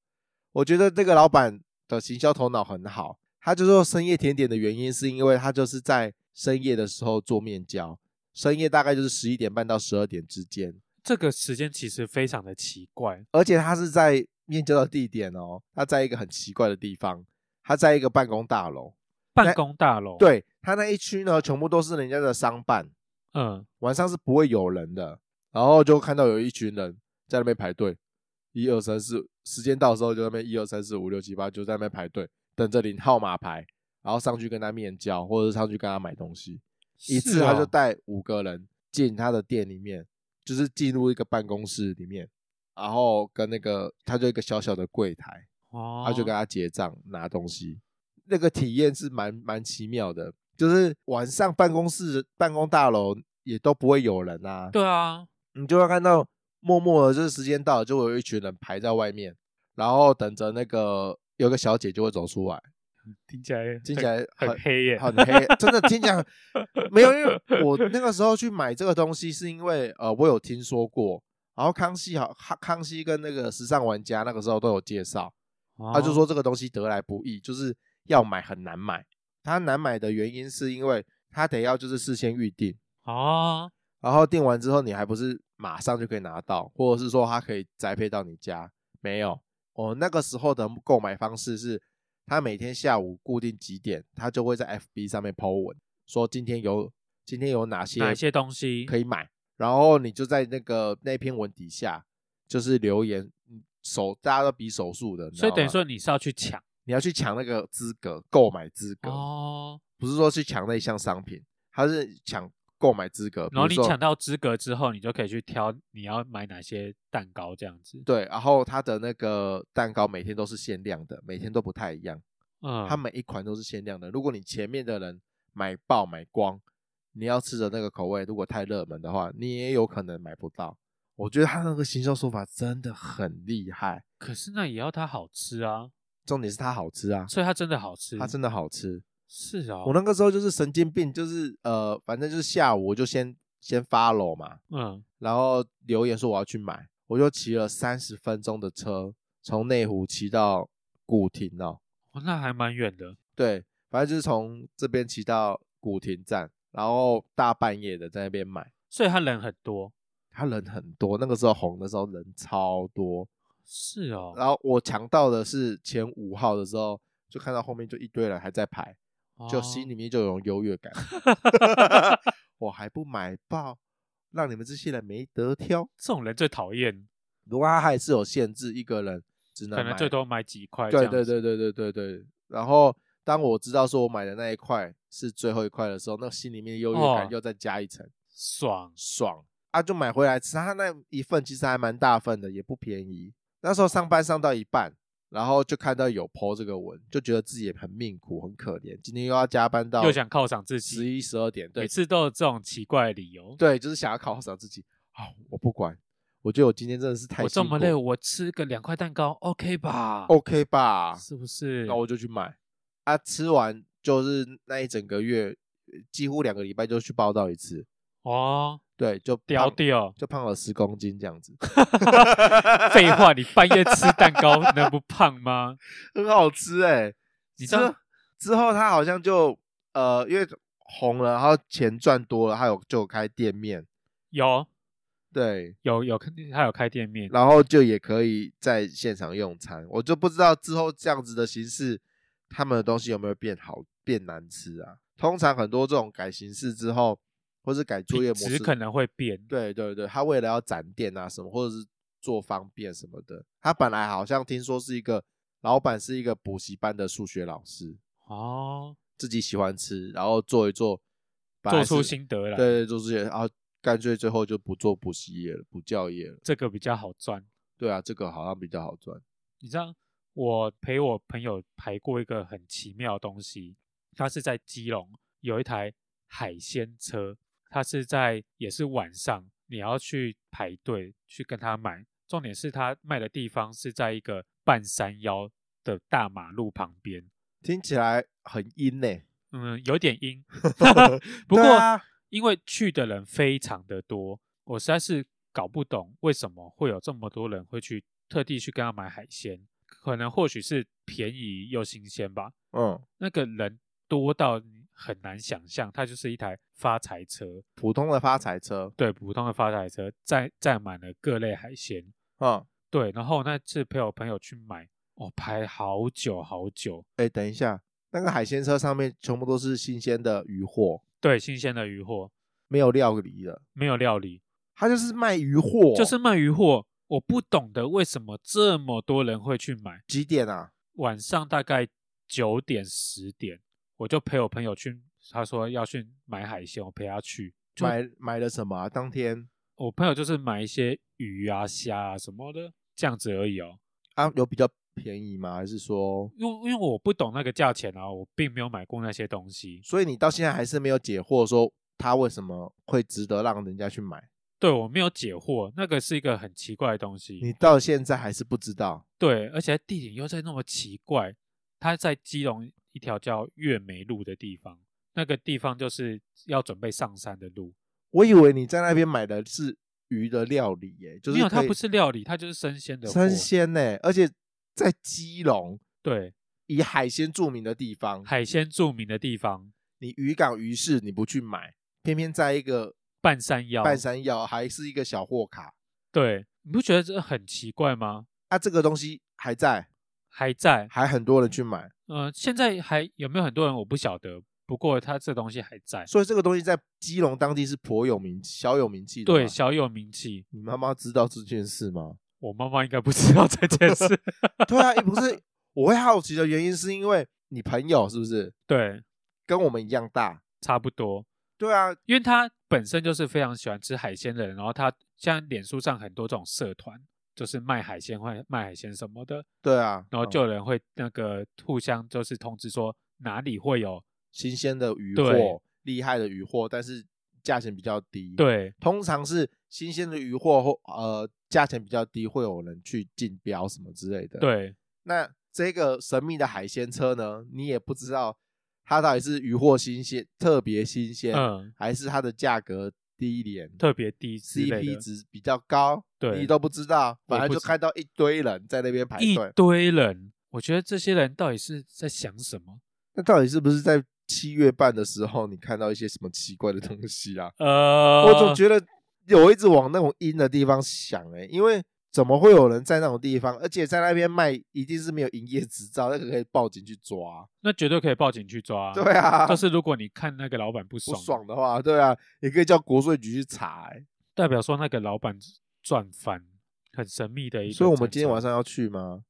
[SPEAKER 1] 我觉得这个老板的行销头脑很好，他就做深夜甜点的原因是因为他就是在深夜的时候做面交，深夜大概就是十一点半到十二点之间，
[SPEAKER 2] 这个时间其实非常的奇怪，
[SPEAKER 1] 而且他是在面交的地点哦，他在一个很奇怪的地方，他在一个办公大楼，
[SPEAKER 2] 办公大楼，，
[SPEAKER 1] 对他那一区呢，全部都是人家的商办，
[SPEAKER 2] 嗯，
[SPEAKER 1] 晚上是不会有人的。然后就看到有一群人在那边排队，一二三四，时间到的时候就在那边一二三四五六七八，就在那边排队等着领号码牌，然后上去跟他面交，或者是上去跟他买东西。一次
[SPEAKER 2] 是
[SPEAKER 1] 他就
[SPEAKER 2] 哦
[SPEAKER 1] 带五个人进他的店里面，就是进入一个办公室里面，然后跟那个他就一个小小的柜台，
[SPEAKER 2] 哦，
[SPEAKER 1] 他就跟他结账拿东西，那个体验是蛮蛮奇妙的，就是晚上办公室办公大楼也都不会有人啊，
[SPEAKER 2] 对啊，
[SPEAKER 1] 你就会看到默默的，就是时间到了，就会有一群人排在外面，然后等着那个有个小姐就会走出来，
[SPEAKER 2] 听起来
[SPEAKER 1] 听起
[SPEAKER 2] 很
[SPEAKER 1] 来
[SPEAKER 2] 很黑耶，
[SPEAKER 1] 很黑，真的听讲没有，因为我那个时候去买这个东西，是因为呃，我有听说过，然后康熙好，康康熙跟那个时尚玩家那个时候都有介绍，他就
[SPEAKER 2] 哦
[SPEAKER 1] 说这个东西得来不易，就是要买很难买。它难买的原因是因为它得要就是事先预定，
[SPEAKER 2] 哦，
[SPEAKER 1] 然后订完之后你还不是马上就可以拿到，或者是说它可以宅配到你家。没有，我那个时候的购买方式是，他每天下午固定几点，他就会在 FB 上面 po 文，说今天有今天有哪些
[SPEAKER 2] 哪一些东西
[SPEAKER 1] 可
[SPEAKER 2] 以
[SPEAKER 1] 以买，然后你就在那个那篇文底下就是留言，嗯手大家都比手速的，你知
[SPEAKER 2] 所以
[SPEAKER 1] 道
[SPEAKER 2] 等于
[SPEAKER 1] 吗
[SPEAKER 2] 说你是要去抢
[SPEAKER 1] 你要去抢那个资格，购买资格，
[SPEAKER 2] 哦，
[SPEAKER 1] 不是说去抢那一项商品，它是抢购买资格。比
[SPEAKER 2] 然后
[SPEAKER 1] 如
[SPEAKER 2] 你
[SPEAKER 1] 说
[SPEAKER 2] 抢到资格之后，你就可以去挑你要买哪些蛋糕这样子。
[SPEAKER 1] 对，然后它的那个蛋糕每天都是限量的，每天都不太一样，
[SPEAKER 2] 嗯，
[SPEAKER 1] 它每一款都是限量的。如果你前面的人买爆买光，你要吃的那个口味如果太热门的话，你也有可能买不到。我觉得他那个行销手法真的很厉害，
[SPEAKER 2] 可是那也要它好吃啊，
[SPEAKER 1] 重点是它好吃啊，
[SPEAKER 2] 所以它真的好吃，
[SPEAKER 1] 它真的好吃。
[SPEAKER 2] 是哦，
[SPEAKER 1] 我那个时候就是神经病，就是呃，反正就是下午我就先先 follow 嘛，
[SPEAKER 2] 嗯
[SPEAKER 1] 然后留言说我要去买，我就骑了三十分钟的车，从内湖骑到古亭哦，
[SPEAKER 2] 哦那还蛮远的，
[SPEAKER 1] 对，反正就是从这边骑到古亭站，然后大半夜的在那边买，
[SPEAKER 2] 所以它人很多，
[SPEAKER 1] 他人很多，那个时候红的时候人超多，
[SPEAKER 2] 是哦，
[SPEAKER 1] 然后我抢到的是前五号的时候，就看到后面就一堆人还在排，就心
[SPEAKER 2] 里
[SPEAKER 1] 里面就有优 越感，我还不买爆，让你们这些人没得挑。
[SPEAKER 2] 这种人最讨厌，
[SPEAKER 1] 如果他还是有限制，一个人只能
[SPEAKER 2] 可能
[SPEAKER 1] 买
[SPEAKER 2] 最多买几块这
[SPEAKER 1] 对
[SPEAKER 2] 样子，
[SPEAKER 1] 对对对对对对。然后当我知道说我买的那一块是最后一块的时候，那心里面优越感
[SPEAKER 2] 哦
[SPEAKER 1] 又再加一层，
[SPEAKER 2] 爽，
[SPEAKER 1] 爽啊！就买回来吃，他那一份其实还蛮大份的，也不便宜。那时候上班上到一半，然后就看到有 PO 这个文，就觉得自己也很命苦，很可怜，今天又要加班到
[SPEAKER 2] 又想犒赏自
[SPEAKER 1] 十
[SPEAKER 2] 己，
[SPEAKER 1] 一十二点，对
[SPEAKER 2] 每次都有这种奇怪的理由。
[SPEAKER 1] 对，就是想要犒赏自己啊、我不管，我觉得我今天真的是太
[SPEAKER 2] 我这
[SPEAKER 1] 辛
[SPEAKER 2] 么
[SPEAKER 1] 苦
[SPEAKER 2] 累，我吃个两块蛋糕，OK 吧？
[SPEAKER 1] ，OK 吧？
[SPEAKER 2] 是不是？
[SPEAKER 1] 那我就去买啊，吃完就是那一整个月，呃几乎两个礼拜就去报道一次，
[SPEAKER 2] 哦，
[SPEAKER 1] 对，就
[SPEAKER 2] 屌
[SPEAKER 1] 胖，
[SPEAKER 2] 屌
[SPEAKER 1] 就胖了十公斤这样子，
[SPEAKER 2] 废话，你半夜吃蛋 糕能不胖吗？
[SPEAKER 1] 很好吃哎、
[SPEAKER 2] 你
[SPEAKER 1] 之
[SPEAKER 2] 知道
[SPEAKER 1] 后之后他好像就呃，因为红了，然后钱赚多了，他有就有开店面，
[SPEAKER 2] 有
[SPEAKER 1] 对，
[SPEAKER 2] 有有，他有开店面，
[SPEAKER 1] 然后就也可以在现场用餐，我就不知道之后这样子的形式，他们的东西有没有变好变难吃啊？通常很多这种改形式之后，或是改作业模
[SPEAKER 2] 值
[SPEAKER 1] 式，
[SPEAKER 2] 可能会变。
[SPEAKER 1] 对对对，他为了要展店啊什么，或者是做方便什么的，他本来好像听说是一个老板是一个补习班的数学老师，
[SPEAKER 2] 哦，
[SPEAKER 1] 自己喜欢吃，然后做一做，本
[SPEAKER 2] 做
[SPEAKER 1] 来
[SPEAKER 2] 出
[SPEAKER 1] 是
[SPEAKER 2] 心得
[SPEAKER 1] 对
[SPEAKER 2] 来，
[SPEAKER 1] 对做出些，然后干脆最后就不做补习业了，不教业了。
[SPEAKER 2] 这个比较好赚。
[SPEAKER 1] 对啊，这个好像比较好赚。
[SPEAKER 2] 你知道，我陪我朋友排过一个很奇妙的东西，它是在基隆有一台海鲜车，它是在也是晚上，你要去排队去跟他买，重点是它卖的地方是在一个半山腰的大马路旁边，
[SPEAKER 1] 听起来很阴呢、。
[SPEAKER 2] 嗯，有点阴不
[SPEAKER 1] 对
[SPEAKER 2] 过、
[SPEAKER 1] 啊
[SPEAKER 2] 因为去的人非常的多，我实在是搞不懂为什么会有这么多人会去特地去跟他买海鲜，可能或许是便宜又新鲜吧。
[SPEAKER 1] 嗯，
[SPEAKER 2] 那个人多到你很难想象，它就是一台发财车，
[SPEAKER 1] 普通的发财车，
[SPEAKER 2] 对，普通的发财车，载载满了各类海鲜。
[SPEAKER 1] 嗯，
[SPEAKER 2] 对，然后那次陪我朋友去买，哦，排好久好久。
[SPEAKER 1] 哎，等一下，那个海鲜车上面全部都是新鲜的鱼货，
[SPEAKER 2] 对，新鲜的鱼货，
[SPEAKER 1] 没有料理的，
[SPEAKER 2] 没有料理，
[SPEAKER 1] 他就是卖鱼货，
[SPEAKER 2] 就是卖鱼货。我不懂得为什么这么多人会去买。
[SPEAKER 1] 几点啊？
[SPEAKER 2] 晚上大概九点十点，我就陪我朋友去，他说要去买海鲜，我陪他去。就
[SPEAKER 1] 买买了什么啊、当天
[SPEAKER 2] 我朋友就是买一些鱼啊、虾啊什么的，这样子而已哦。
[SPEAKER 1] 啊，有比较便宜吗？还是说，
[SPEAKER 2] 因为因为我不懂那个价钱啊，我并没有买过那些东西。
[SPEAKER 1] 所以你到现在还是没有解惑，说他为什么会值得让人家去买？
[SPEAKER 2] 对我没有解惑，那个是一个很奇怪的东西。
[SPEAKER 1] 你到现在还是不知道。
[SPEAKER 2] 对，而且地点又在那么奇怪，它在基隆一条叫月梅路的地方，那个地方就是要准备上山的路。
[SPEAKER 1] 我以为你在那边买的是鱼的料理、耶，就是
[SPEAKER 2] 没有，它
[SPEAKER 1] 可以
[SPEAKER 2] 不是料理，它就是生鲜的货。
[SPEAKER 1] 生鲜呢、而且在基隆
[SPEAKER 2] 对，
[SPEAKER 1] 以海鲜著名的地方，
[SPEAKER 2] 海鲜著名的地方，
[SPEAKER 1] 你渔港鱼市你不去买，偏偏在一个
[SPEAKER 2] 半山腰。
[SPEAKER 1] 半山腰，还是一个小货卡，
[SPEAKER 2] 对，你不觉得这很奇怪吗？
[SPEAKER 1] 啊，这个东西还在，
[SPEAKER 2] 还在，
[SPEAKER 1] 还很多人去买，
[SPEAKER 2] 呃，现在还有没有很多人我不晓得，不过它这东西还在，
[SPEAKER 1] 所以这个东西在基隆当地是颇有名、小有名气的嘛。
[SPEAKER 2] 对，小有名气。
[SPEAKER 1] 你妈妈知道这件事吗？
[SPEAKER 2] 我妈妈应该不知道这件事，
[SPEAKER 1] 对啊，也不是，我会好奇的原因是因为你朋友是不是
[SPEAKER 2] 对，
[SPEAKER 1] 跟我们一样大？
[SPEAKER 2] 差不多，
[SPEAKER 1] 对啊，
[SPEAKER 2] 因为她本身就是非常喜欢吃海鲜的人，然后她像脸书上很多这种社团，就是卖海鲜或卖海鲜什么的，
[SPEAKER 1] 对啊，
[SPEAKER 2] 然后
[SPEAKER 1] 嗯
[SPEAKER 2] 就有人会那个互相就是通知说哪里会有
[SPEAKER 1] 新鲜的鱼
[SPEAKER 2] 对
[SPEAKER 1] 货，厉害的鱼货，但是价钱比较低。，
[SPEAKER 2] 对
[SPEAKER 1] 通常是新鲜的鱼货或呃价钱比较低，会有人去竞标什么之类的。，
[SPEAKER 2] 对
[SPEAKER 1] 那这个神秘的海鲜车呢，你也不知道它到底是鱼货新鲜、特别新鲜，
[SPEAKER 2] 嗯，
[SPEAKER 1] 还是它的价格低廉、
[SPEAKER 2] 特别低之类
[SPEAKER 1] CP
[SPEAKER 2] 的
[SPEAKER 1] 值比较高，
[SPEAKER 2] 对
[SPEAKER 1] 你都不知道，
[SPEAKER 2] 我
[SPEAKER 1] 反正
[SPEAKER 2] 不
[SPEAKER 1] 就
[SPEAKER 2] 知
[SPEAKER 1] 看到一堆人在那边排
[SPEAKER 2] 一
[SPEAKER 1] 队。
[SPEAKER 2] 堆人，我觉得这些人到底是在想什么？
[SPEAKER 1] 那到底是不是在七月半的时候，你看到一些什么奇怪的东西啊？
[SPEAKER 2] 呃，
[SPEAKER 1] 我总觉得有一直往那种阴的地方想、欸，因为怎么会有人在那种地方，而且在那边卖，一定是没有营业执照，那个可以报警去抓。
[SPEAKER 2] 那绝对可以报警去抓。
[SPEAKER 1] 对啊，
[SPEAKER 2] 就是如果你看那个老板不
[SPEAKER 1] 不
[SPEAKER 2] 爽，
[SPEAKER 1] 爽的话，对啊，也可以叫国税局去查、欸。
[SPEAKER 2] 代表说那个老板赚翻，很神秘的一个。
[SPEAKER 1] 所以我们今天晚，上要去吗？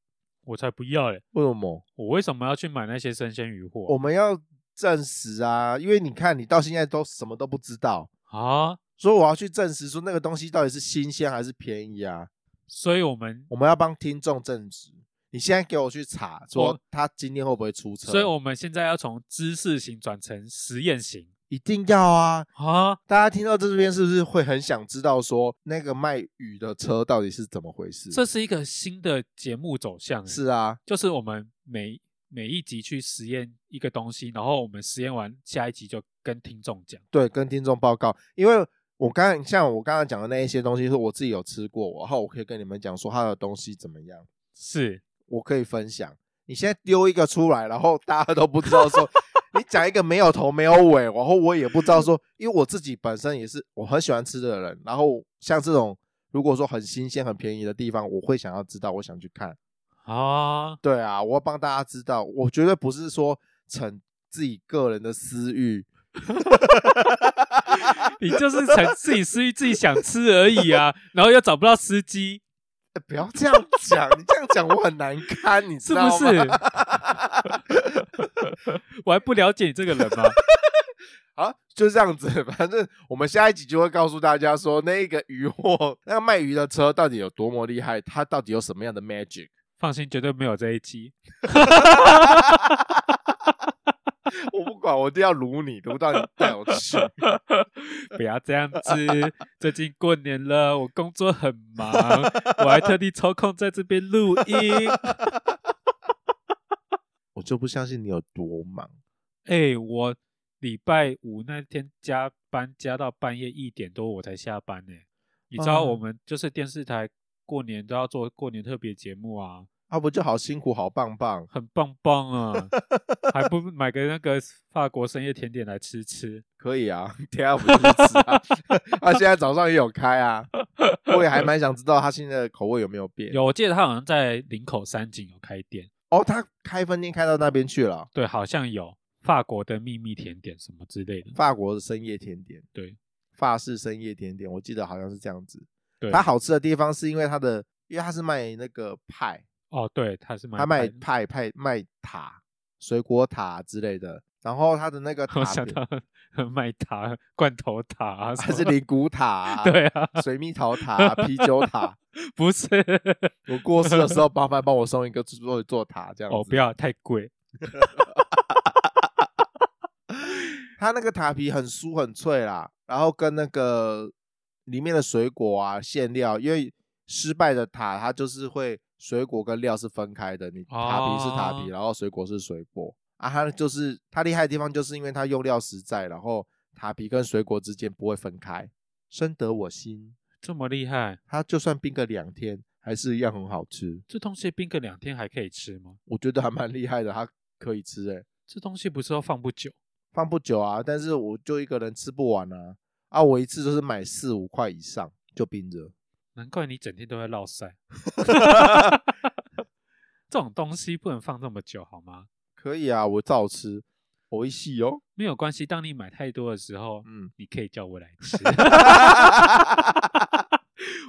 [SPEAKER 2] 我才不要嘞！
[SPEAKER 1] 为什么？
[SPEAKER 2] 我为什么要去买那些生鲜鱼
[SPEAKER 1] 我
[SPEAKER 2] 货
[SPEAKER 1] 们要证实啊，因为你看你到现在都什么都不知道，
[SPEAKER 2] 啊？
[SPEAKER 1] 所以我要去证实说那个东西到底是新鲜还是便宜啊。
[SPEAKER 2] 所以我们，
[SPEAKER 1] 我们要帮听众证实。你现在给我去查，说
[SPEAKER 2] 我
[SPEAKER 1] 他今天会不会出车？
[SPEAKER 2] 所以我们现在要从知识型转成实验型
[SPEAKER 1] 一定要啊！
[SPEAKER 2] 啊！
[SPEAKER 1] 大家听到这边是不是会很想知道说那个卖鱼的车到底是怎么回事？
[SPEAKER 2] 这是一个新的节目走向，欸
[SPEAKER 1] 是啊，
[SPEAKER 2] 就是我们每每一集去实验一个东西，然后我们实验完下一集就跟听众讲。
[SPEAKER 1] 对，跟听众报告，因为我刚才像我刚刚讲的那一些东西，是我自己有吃过，然后我可以跟你们讲说它的东西怎么样，
[SPEAKER 2] 是，
[SPEAKER 1] 我可以分享。你现在丢一个出来，然后大家都不知道说你讲一个没有头没有尾，然后我也不知道说，因为我自己本身也是我很喜欢吃的人，然后像这种如果说很新鲜、很便宜的地方，我会想要知道，我想去看。
[SPEAKER 2] 啊，
[SPEAKER 1] 对啊，我要帮大家知道，我绝对不是说逞自己个人的私欲，
[SPEAKER 2] 你就是想自己私欲，自己想吃而已啊，然后又找不到司机，
[SPEAKER 1] 呃不要这样讲，你这样讲我很难堪，你知
[SPEAKER 2] 是
[SPEAKER 1] 道
[SPEAKER 2] 不
[SPEAKER 1] 吗？
[SPEAKER 2] 是？ 我还不了解你这个人吗？
[SPEAKER 1] 好，就这样子， 反正我们下一集就会告诉大家说，那个鱼货，那个卖鱼的车到底有多么厉害，它到底有什么样的 magic。
[SPEAKER 2] 放心，绝对没有这一集。
[SPEAKER 1] 我不管，我一定要撸你，撸到你带我去。
[SPEAKER 2] 不要这样子，最近过年了，我工作很忙，我还特地抽空在这边录音。
[SPEAKER 1] 我就不相信你有多忙。
[SPEAKER 2] 哎、我礼拜五那天加班加到半夜一点多，我才下班呢、你知道
[SPEAKER 1] 嗯
[SPEAKER 2] 我们就是电视台过年都要做过年特别节目啊，
[SPEAKER 1] 啊，不就好辛苦，好棒棒。
[SPEAKER 2] 很棒棒啊，还不买个那个法国深夜甜点来吃吃。
[SPEAKER 1] 可以啊， 天啊，我就去吃啊！ 他现在早上也有开啊，我也还蛮想知道他现在的口味有没有变。
[SPEAKER 2] 有，我记得他好像在林口三井有开店，
[SPEAKER 1] 哦，他开分店开到那边去了，
[SPEAKER 2] 对，好像有法国的秘密甜点什么之类的。
[SPEAKER 1] 法国的深夜甜点，
[SPEAKER 2] 对，
[SPEAKER 1] 法式深夜甜点，我记得好像是这样子。
[SPEAKER 2] 对，
[SPEAKER 1] 它好吃的地方是因为它的，因为它是卖那个派，
[SPEAKER 2] 哦，对，他是卖
[SPEAKER 1] 它卖
[SPEAKER 2] 派的
[SPEAKER 1] 派派卖塔、水果塔之类的，然后它的那个塔
[SPEAKER 2] 我想到 卖塔、罐头塔啊，
[SPEAKER 1] 还
[SPEAKER 2] 什
[SPEAKER 1] 是
[SPEAKER 2] 么、
[SPEAKER 1] 灵骨塔、啊
[SPEAKER 2] 对啊，
[SPEAKER 1] 水蜜桃塔啊、啤酒塔。
[SPEAKER 2] 不是
[SPEAKER 1] 我过世的时 候，麻烦帮我送一个做做塔这样子。
[SPEAKER 2] 哦，不要太贵，
[SPEAKER 1] 它那个塔皮很酥很脆啦，然后跟那个里面的水果啊馅料，因为失败的塔它就是会水果跟料是分开的，你塔皮是塔皮，
[SPEAKER 2] 哦
[SPEAKER 1] 然后水果是水果啊，它就是它厉害的地方就是因为它用料实在，然后塔皮跟水果之间不会分开，深得我心。
[SPEAKER 2] 这么厉害，
[SPEAKER 1] 它就算冰个两天，还是一样很好吃，
[SPEAKER 2] 这东西冰个两天还可以吃吗？
[SPEAKER 1] 我觉得还蛮厉害的，它可以吃欸诶、
[SPEAKER 2] 这东西不是要放不久？
[SPEAKER 1] 放不久啊，但是我就一个人吃不完啊，啊，我一次就是买四五块以上就冰着，
[SPEAKER 2] 难怪你整天都在落 塞。 这种东西不能放这么久好吗？
[SPEAKER 1] 可以啊，我照吃，我会细哦，
[SPEAKER 2] 没有关系，当你买太多的时候，
[SPEAKER 1] 嗯，
[SPEAKER 2] 你可以叫我来 吃，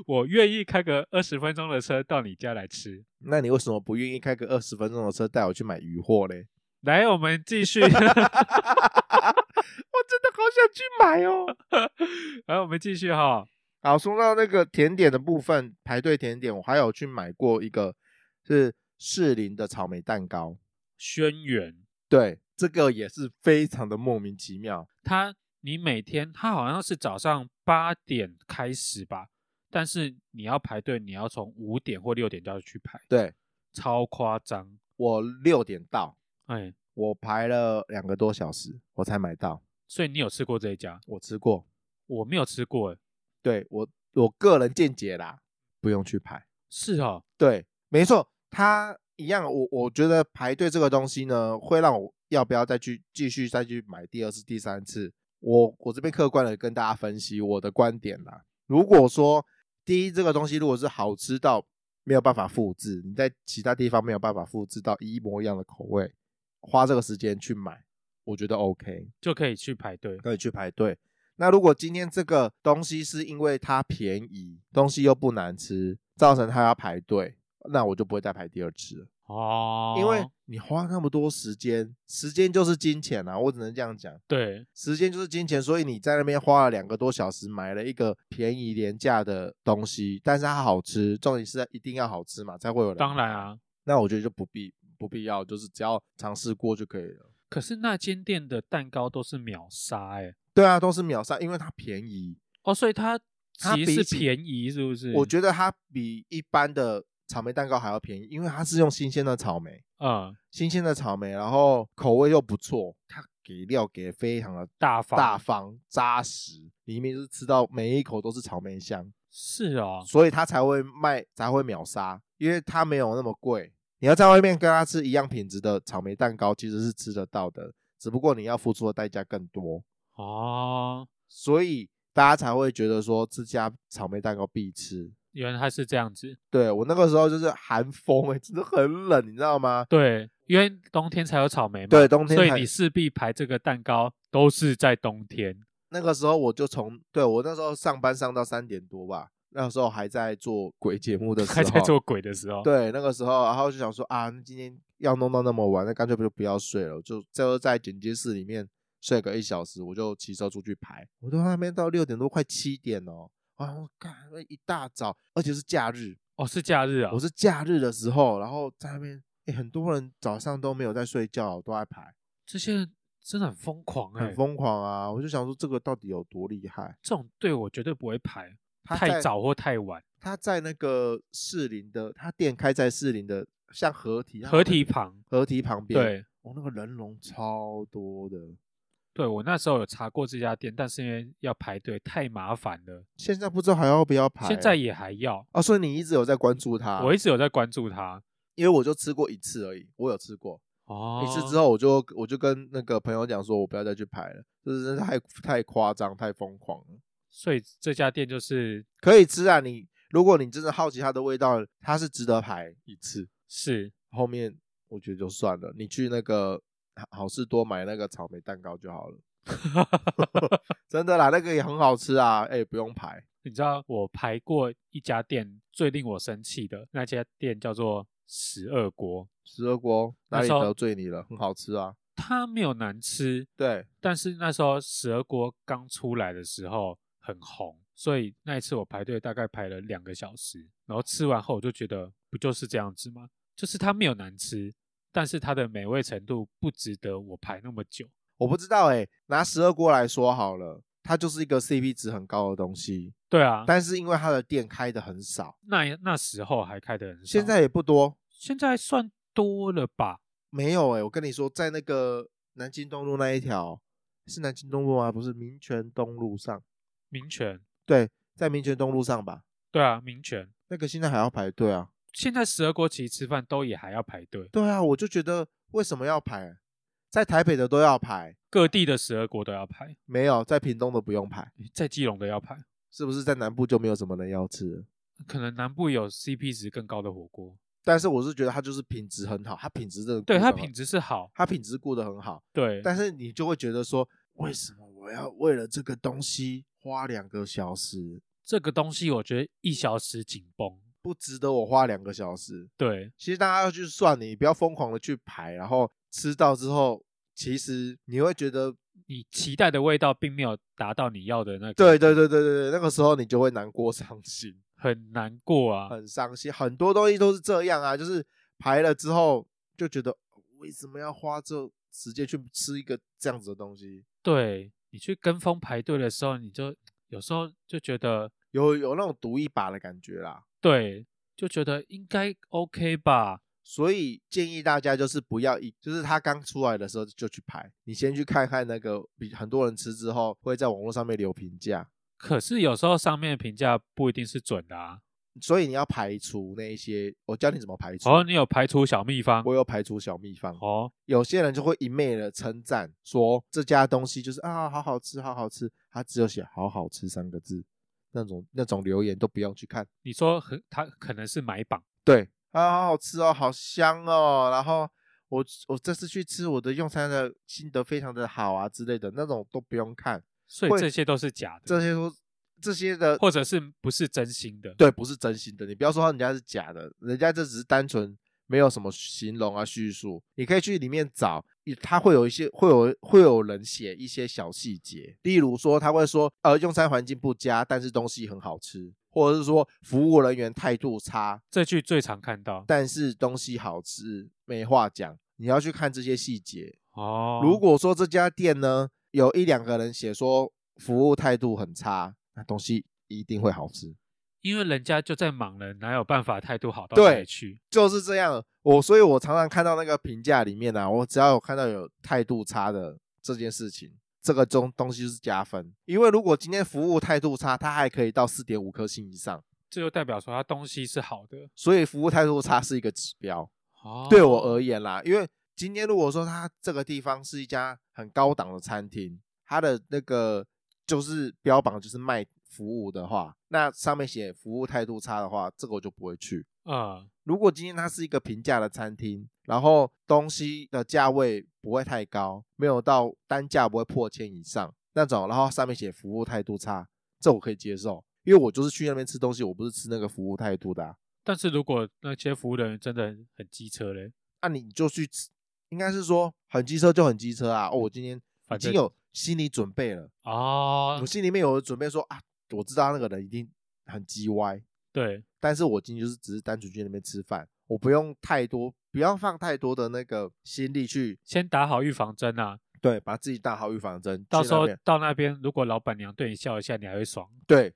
[SPEAKER 2] 我愿意开个二十分钟的车到你家来吃。
[SPEAKER 1] 那你为什么不愿意开个二十分钟的车带我去买鱼货嘞？
[SPEAKER 2] 来，我们 继续，
[SPEAKER 1] 我真的好想去买哦。
[SPEAKER 2] 来，我们继续哈。
[SPEAKER 1] 好，说到那个甜点的部分，排队甜点，我还有去买过一个是士林的草莓蛋糕，
[SPEAKER 2] 轩辕，
[SPEAKER 1] 对，这个也是非常的莫名其妙。
[SPEAKER 2] 他你每天他好像是早上八点开始吧，但是你要排队，你要从五点或六点就要去排，
[SPEAKER 1] 对
[SPEAKER 2] 超夸张。
[SPEAKER 1] 我六点到，
[SPEAKER 2] 哎，
[SPEAKER 1] 我排了两个多小时，我才买到。
[SPEAKER 2] 所以你有吃过这一家？
[SPEAKER 1] 我吃过，
[SPEAKER 2] 我没有吃过，哎，
[SPEAKER 1] 对我我个人见解啦，不用去排。
[SPEAKER 2] 是哦，
[SPEAKER 1] 对，没错，它一样。我我觉得排队这个东西呢，会让我要不要再去继续再去买第二次、第三次。我我这边客观的跟大家分析我的观点啦。如果说第一这个东西如果是好吃到没有办法复制，你在其他地方没有办法复制到一模一样的口味，花这个时间去买，我觉得 OK。
[SPEAKER 2] 就可以去排队。
[SPEAKER 1] 可以去排队。那如果今天这个东西是因为它便宜，东西又不难吃，造成它要排队，那我就不会再排第二次了。
[SPEAKER 2] 哦，
[SPEAKER 1] 因为你花那么多时间，时间就是金钱啊，我只能这样讲，
[SPEAKER 2] 对
[SPEAKER 1] 时间就是金钱，所以你在那边花了两个多小时买了一个便宜廉价的东西，但是它好吃，重点是一定要好吃嘛，才会有人。
[SPEAKER 2] 当然，啊，
[SPEAKER 1] 那我觉得就不必不必要，就是只要尝试过就可以了。
[SPEAKER 2] 可是那间店的蛋糕都是秒杀哎、
[SPEAKER 1] 对啊，都是秒杀，因为它便宜。
[SPEAKER 2] 哦，所以它
[SPEAKER 1] 它
[SPEAKER 2] 其
[SPEAKER 1] 比
[SPEAKER 2] 实是
[SPEAKER 1] 起
[SPEAKER 2] 便宜，是不是？
[SPEAKER 1] 我觉得它比一般的草莓蛋糕还要便宜，因为它是用新鲜的草莓，
[SPEAKER 2] 得，嗯，
[SPEAKER 1] 新鲜的草莓，然后口味又不错，它给料给得非常的
[SPEAKER 2] 大方
[SPEAKER 1] 大方扎实，里面就是吃到每一口都是草莓香，
[SPEAKER 2] 是哦，
[SPEAKER 1] 所以它才会卖才会秒杀，因为它没有那么贵。你要在外面跟它吃一样品质的草莓蛋糕，其实是吃得到的，只不过你要付出的代价更多，
[SPEAKER 2] 哦，
[SPEAKER 1] 所以大家才会觉得说这家草莓蛋糕必吃。
[SPEAKER 2] 原来它是这样子。
[SPEAKER 1] 对我那个时候就是寒风、欸，真的很冷，你知道吗？
[SPEAKER 2] 对，因为冬天才有草莓嘛，
[SPEAKER 1] 对冬天
[SPEAKER 2] 所以
[SPEAKER 1] 才
[SPEAKER 2] 你势必排这个蛋糕都是在冬天。
[SPEAKER 1] 那个时候我就从对我那时候上班上到三点多吧，那时候还在做鬼节目的时候，
[SPEAKER 2] 还在做鬼的时候，，
[SPEAKER 1] 对那个时候，然后就想说啊，那今天要弄到那么晚，那干脆不就不要睡了，就就在剪接室里面睡个一小时，我就骑车出去排，我到那边到六点多快七点哦，啊，我干那一大早，而且是假日，
[SPEAKER 2] 哦，是假日啊、
[SPEAKER 1] 我是假日的时候，然后在那边，诶很多人早上都没有在睡觉，都在排。
[SPEAKER 2] 这些人真的很疯狂哎、
[SPEAKER 1] 很疯狂啊！我就想说这个到底有多厉害？
[SPEAKER 2] 这种队我绝对不会排，
[SPEAKER 1] 他
[SPEAKER 2] 太
[SPEAKER 1] 在
[SPEAKER 2] 早或太晚，
[SPEAKER 1] 他在那个士林的，他店开在士林的，像合体
[SPEAKER 2] 合体旁。
[SPEAKER 1] 合体旁边，，
[SPEAKER 2] 对，
[SPEAKER 1] 哦，那个人龙超多的。
[SPEAKER 2] 对我那时候有查过这家店，但是因为要排队太麻烦了，
[SPEAKER 1] 现在不知道还要不要排欸、啊
[SPEAKER 2] 现在也还要。
[SPEAKER 1] 哦，所以你一直有在关注他。
[SPEAKER 2] 我一直有在关注它。
[SPEAKER 1] 因为我就吃过一次而已，我有吃过、
[SPEAKER 2] 哦，
[SPEAKER 1] 一次之后，我就我就跟那个朋友讲说，我不要再去排了，就是真的太太夸张、太疯狂了。
[SPEAKER 2] 所以这家店就是
[SPEAKER 1] 可以吃啊，你如果你真的好奇它的味道，它是值得排一次。
[SPEAKER 2] 是
[SPEAKER 1] 后面我觉得就算了，你去那个好好事多买那个草莓蛋糕就好了。真的啦，那个也很好吃啊，哎、不用排。
[SPEAKER 2] 你知道我排过一家店最令我生气的那家店叫做十二锅，
[SPEAKER 1] 十二锅哪
[SPEAKER 2] 那
[SPEAKER 1] 里
[SPEAKER 2] 时候
[SPEAKER 1] 得罪你了？很好吃啊。
[SPEAKER 2] 它没有难吃，
[SPEAKER 1] 对，
[SPEAKER 2] 但是那时候十二锅刚出来的时候很红，所以那一次我排队大概排了两个小时，然后吃完后我就觉得不就是这样子吗？就是它没有难吃，但是它的美味程度不值得我排那么久。
[SPEAKER 1] 我不知道哎、拿十二锅来说好了，它就是一个 CP 值很高的东西，
[SPEAKER 2] 对啊，
[SPEAKER 1] 但是因为它的店开的很少，
[SPEAKER 2] 那那时候还开得很少，
[SPEAKER 1] 现在也不多，
[SPEAKER 2] 现在算多了吧？
[SPEAKER 1] 没有哎、我跟你说，在那个南京东路那一条，是南京东路吗？不是民权东路上，
[SPEAKER 2] 民权，
[SPEAKER 1] 对，在民权东路上吧，
[SPEAKER 2] 对啊，民权。
[SPEAKER 1] 那个现在还要排队啊。
[SPEAKER 2] 现在十二国旗吃饭都也还要排队，
[SPEAKER 1] 对啊，我就觉得为什么要排，在台北的都要排，
[SPEAKER 2] 各地的十二国都要排，
[SPEAKER 1] 没有在屏东的不用排，
[SPEAKER 2] 在基隆的要排，
[SPEAKER 1] 是不是在南部就没有什么人要吃了？
[SPEAKER 2] 可能南部有 CP 值更高的火锅，
[SPEAKER 1] 但是我是觉得它就是品质很好，它品质真的
[SPEAKER 2] 对
[SPEAKER 1] 顾
[SPEAKER 2] 它
[SPEAKER 1] 得很
[SPEAKER 2] 品质是好，
[SPEAKER 1] 它品质顾得很好，
[SPEAKER 2] 对，
[SPEAKER 1] 但是你就会觉得说，为什么我要为了这个东西花两个小时？
[SPEAKER 2] 这个东西我觉得一小时紧绷，
[SPEAKER 1] 不值得我花两个小时。
[SPEAKER 2] 对，
[SPEAKER 1] 其实大家要去算你，不要疯狂的去排，然后吃到之后，其实你会觉得，
[SPEAKER 2] 你期待的味道并没有达到你要的那个，
[SPEAKER 1] 对对，对对对对，那个时候你就会难过、伤心，
[SPEAKER 2] 很难过啊，
[SPEAKER 1] 很伤心。很多东西都是这样啊，就是排了之后就觉得，为什么要花这时间去吃一个这样子的东西？
[SPEAKER 2] 对你去跟风排队的时候，你就有时候就觉得，
[SPEAKER 1] 有有那种赌一把的感觉啦。
[SPEAKER 2] 对，就觉得应该 OK 吧，
[SPEAKER 1] 所以建议大家就是不要一，就是它刚出来的时候就去排，你先去看看那个，比很多人吃之后会在网络上面留评价，
[SPEAKER 2] 可是有时候上面的评价不一定是准的啊。
[SPEAKER 1] 所以你要排除那一些，我教你怎么排除。
[SPEAKER 2] 哦，你有排除小秘方
[SPEAKER 1] 我有排除小秘方，
[SPEAKER 2] 哦，
[SPEAKER 1] 有些人就会一昧的称赞说这家东西就是啊好好吃，好好吃，他只有写好好吃三个字，那种那种留言都不用去看。
[SPEAKER 2] 你说很他可能是买榜，
[SPEAKER 1] 对，啊，好好吃哦，好香哦。然后我我这次去吃，我的用餐的心得非常的好啊之类的那种都不用看，
[SPEAKER 2] 所
[SPEAKER 1] 会
[SPEAKER 2] 以这些都是假的，
[SPEAKER 1] 这些都这些的
[SPEAKER 2] 或者是不是真心的？
[SPEAKER 1] 对不是真心的，你不要说人家是假的，人家这只是单纯没有什么形容啊叙述，你可以去里面找，也他会有一些会有会有人写一些小细节，例如说他会说呃用餐环境不佳，但是东西很好吃，或者是说服务人员态度差，
[SPEAKER 2] 这句最常看到
[SPEAKER 1] 但是东西好吃，没话讲。你要去看这些细节。
[SPEAKER 2] 哦。
[SPEAKER 1] 如果说这家店呢有一两个人写说服务态度很差，那东西一定会好吃，
[SPEAKER 2] 因为人家就在忙了，哪有办法态度好到
[SPEAKER 1] 对
[SPEAKER 2] 哪里去？
[SPEAKER 1] 就是这样。我所以，我常常看到那个评价里面啊，我只要有看到有态度差的这件事情，这个中东西就是加分。因为如果今天服务态度差，它还可以到四点五颗星以上，
[SPEAKER 2] 这就代表说他东西是好的
[SPEAKER 1] 所以服务态度差是一个指标。
[SPEAKER 2] 哦。
[SPEAKER 1] 对我而言啦，因为今天如果说它这个地方是一家很高档的餐厅，它的那个就是标榜就是卖服务的话，那上面写服务态度差的话，这个我就不会去。
[SPEAKER 2] 嗯，
[SPEAKER 1] 如果今天它是一个平价的餐厅，然后东西的价位不会太高，没有到单价不会破千以上那种，然后上面写服务态度差，这我可以接受，因为我就是去那边吃东西，我不是吃那个服务态度的、啊。
[SPEAKER 2] 但是如果那些服务人员真的很很机车嘞，
[SPEAKER 1] 那、啊你就去吃，应该是说很机车就很机车啊。哦，我今天已
[SPEAKER 2] 反
[SPEAKER 1] 经
[SPEAKER 2] 正
[SPEAKER 1] 有心理准备了，
[SPEAKER 2] 哦
[SPEAKER 1] 我，心里面有准备说啊，我知道那个人一定很鸡歪，
[SPEAKER 2] 对，
[SPEAKER 1] 但是我今天就是只是单纯去那边吃饭，我不用太多，不要放太多的那个心力去
[SPEAKER 2] 先打好预防针啊。
[SPEAKER 1] 对，把自己打好预防针。
[SPEAKER 2] 到
[SPEAKER 1] 去
[SPEAKER 2] 时
[SPEAKER 1] 那
[SPEAKER 2] 候
[SPEAKER 1] 边
[SPEAKER 2] 到那边，如果老板娘对你笑一下，你还会爽。
[SPEAKER 1] 对，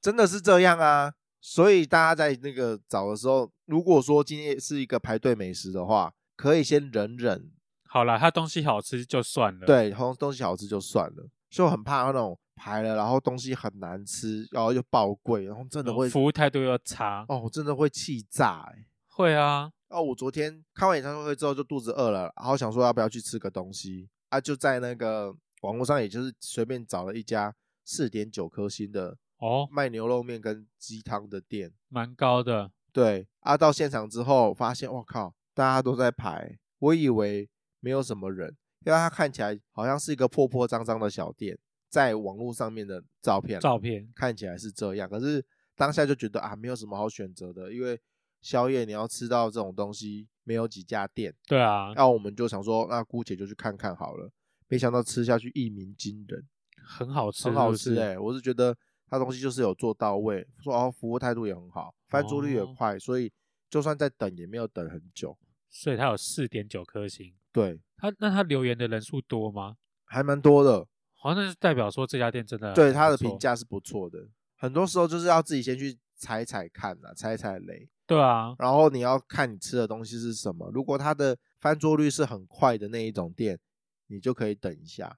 [SPEAKER 1] 真的是这样啊。所以大家在那个找的时候，如果说今天是一个排队美食的话，可以先忍忍，
[SPEAKER 2] 好啦，他东西好吃就算了。，
[SPEAKER 1] 对，东东西好吃就算了。所以我很怕那种排了，然后东西很难吃，然后又爆贵，然后真的会
[SPEAKER 2] 哦服务态度又差。
[SPEAKER 1] 哦，我真的会气炸哎、
[SPEAKER 2] 会啊，
[SPEAKER 1] 哦，我昨天看完演唱会之后就肚子饿了，然后想说要不要去吃个东西啊，就在那个网络上，也就是随便找了一家四点九颗星的
[SPEAKER 2] 哦，
[SPEAKER 1] 卖牛肉面跟鸡汤的店。
[SPEAKER 2] 蛮高的。
[SPEAKER 1] 对啊，到现场之后发现，我靠，大家都在排，我以为没有什么人，因为它看起来好像是一个破破脏脏的小店，在网络上面的照片啊，
[SPEAKER 2] 照片
[SPEAKER 1] 看起来是这样，可是当下就觉得啊，没有什么好选择的，因为宵夜你要吃到这种东西，没有几家店，
[SPEAKER 2] 对啊，
[SPEAKER 1] 那、我们就想说，那姑且就去看看好了。没想到吃下去一鸣惊人，
[SPEAKER 2] 很好吃，
[SPEAKER 1] 很好
[SPEAKER 2] 是不
[SPEAKER 1] 吃
[SPEAKER 2] 是
[SPEAKER 1] 哎、我是觉得它东西就是有做到位，说哦服务态度也很好，翻桌率也
[SPEAKER 2] 哦
[SPEAKER 1] 快，所以就算在等也没有等很久。
[SPEAKER 2] 所以他有四点九颗星。
[SPEAKER 1] 对，
[SPEAKER 2] 他那他留言的人数多吗？
[SPEAKER 1] 还蛮多的，
[SPEAKER 2] 好像那就代表说这家店真的
[SPEAKER 1] 对
[SPEAKER 2] 很
[SPEAKER 1] 它的
[SPEAKER 2] 嗯不错
[SPEAKER 1] 评，价是不错的。很多时候就是要自己先去踩踩看啊，踩踩雷。
[SPEAKER 2] 对啊，
[SPEAKER 1] 然后你要看你吃的东西是什么。如果它的翻桌率是很快的那一种店，你就可以等一下，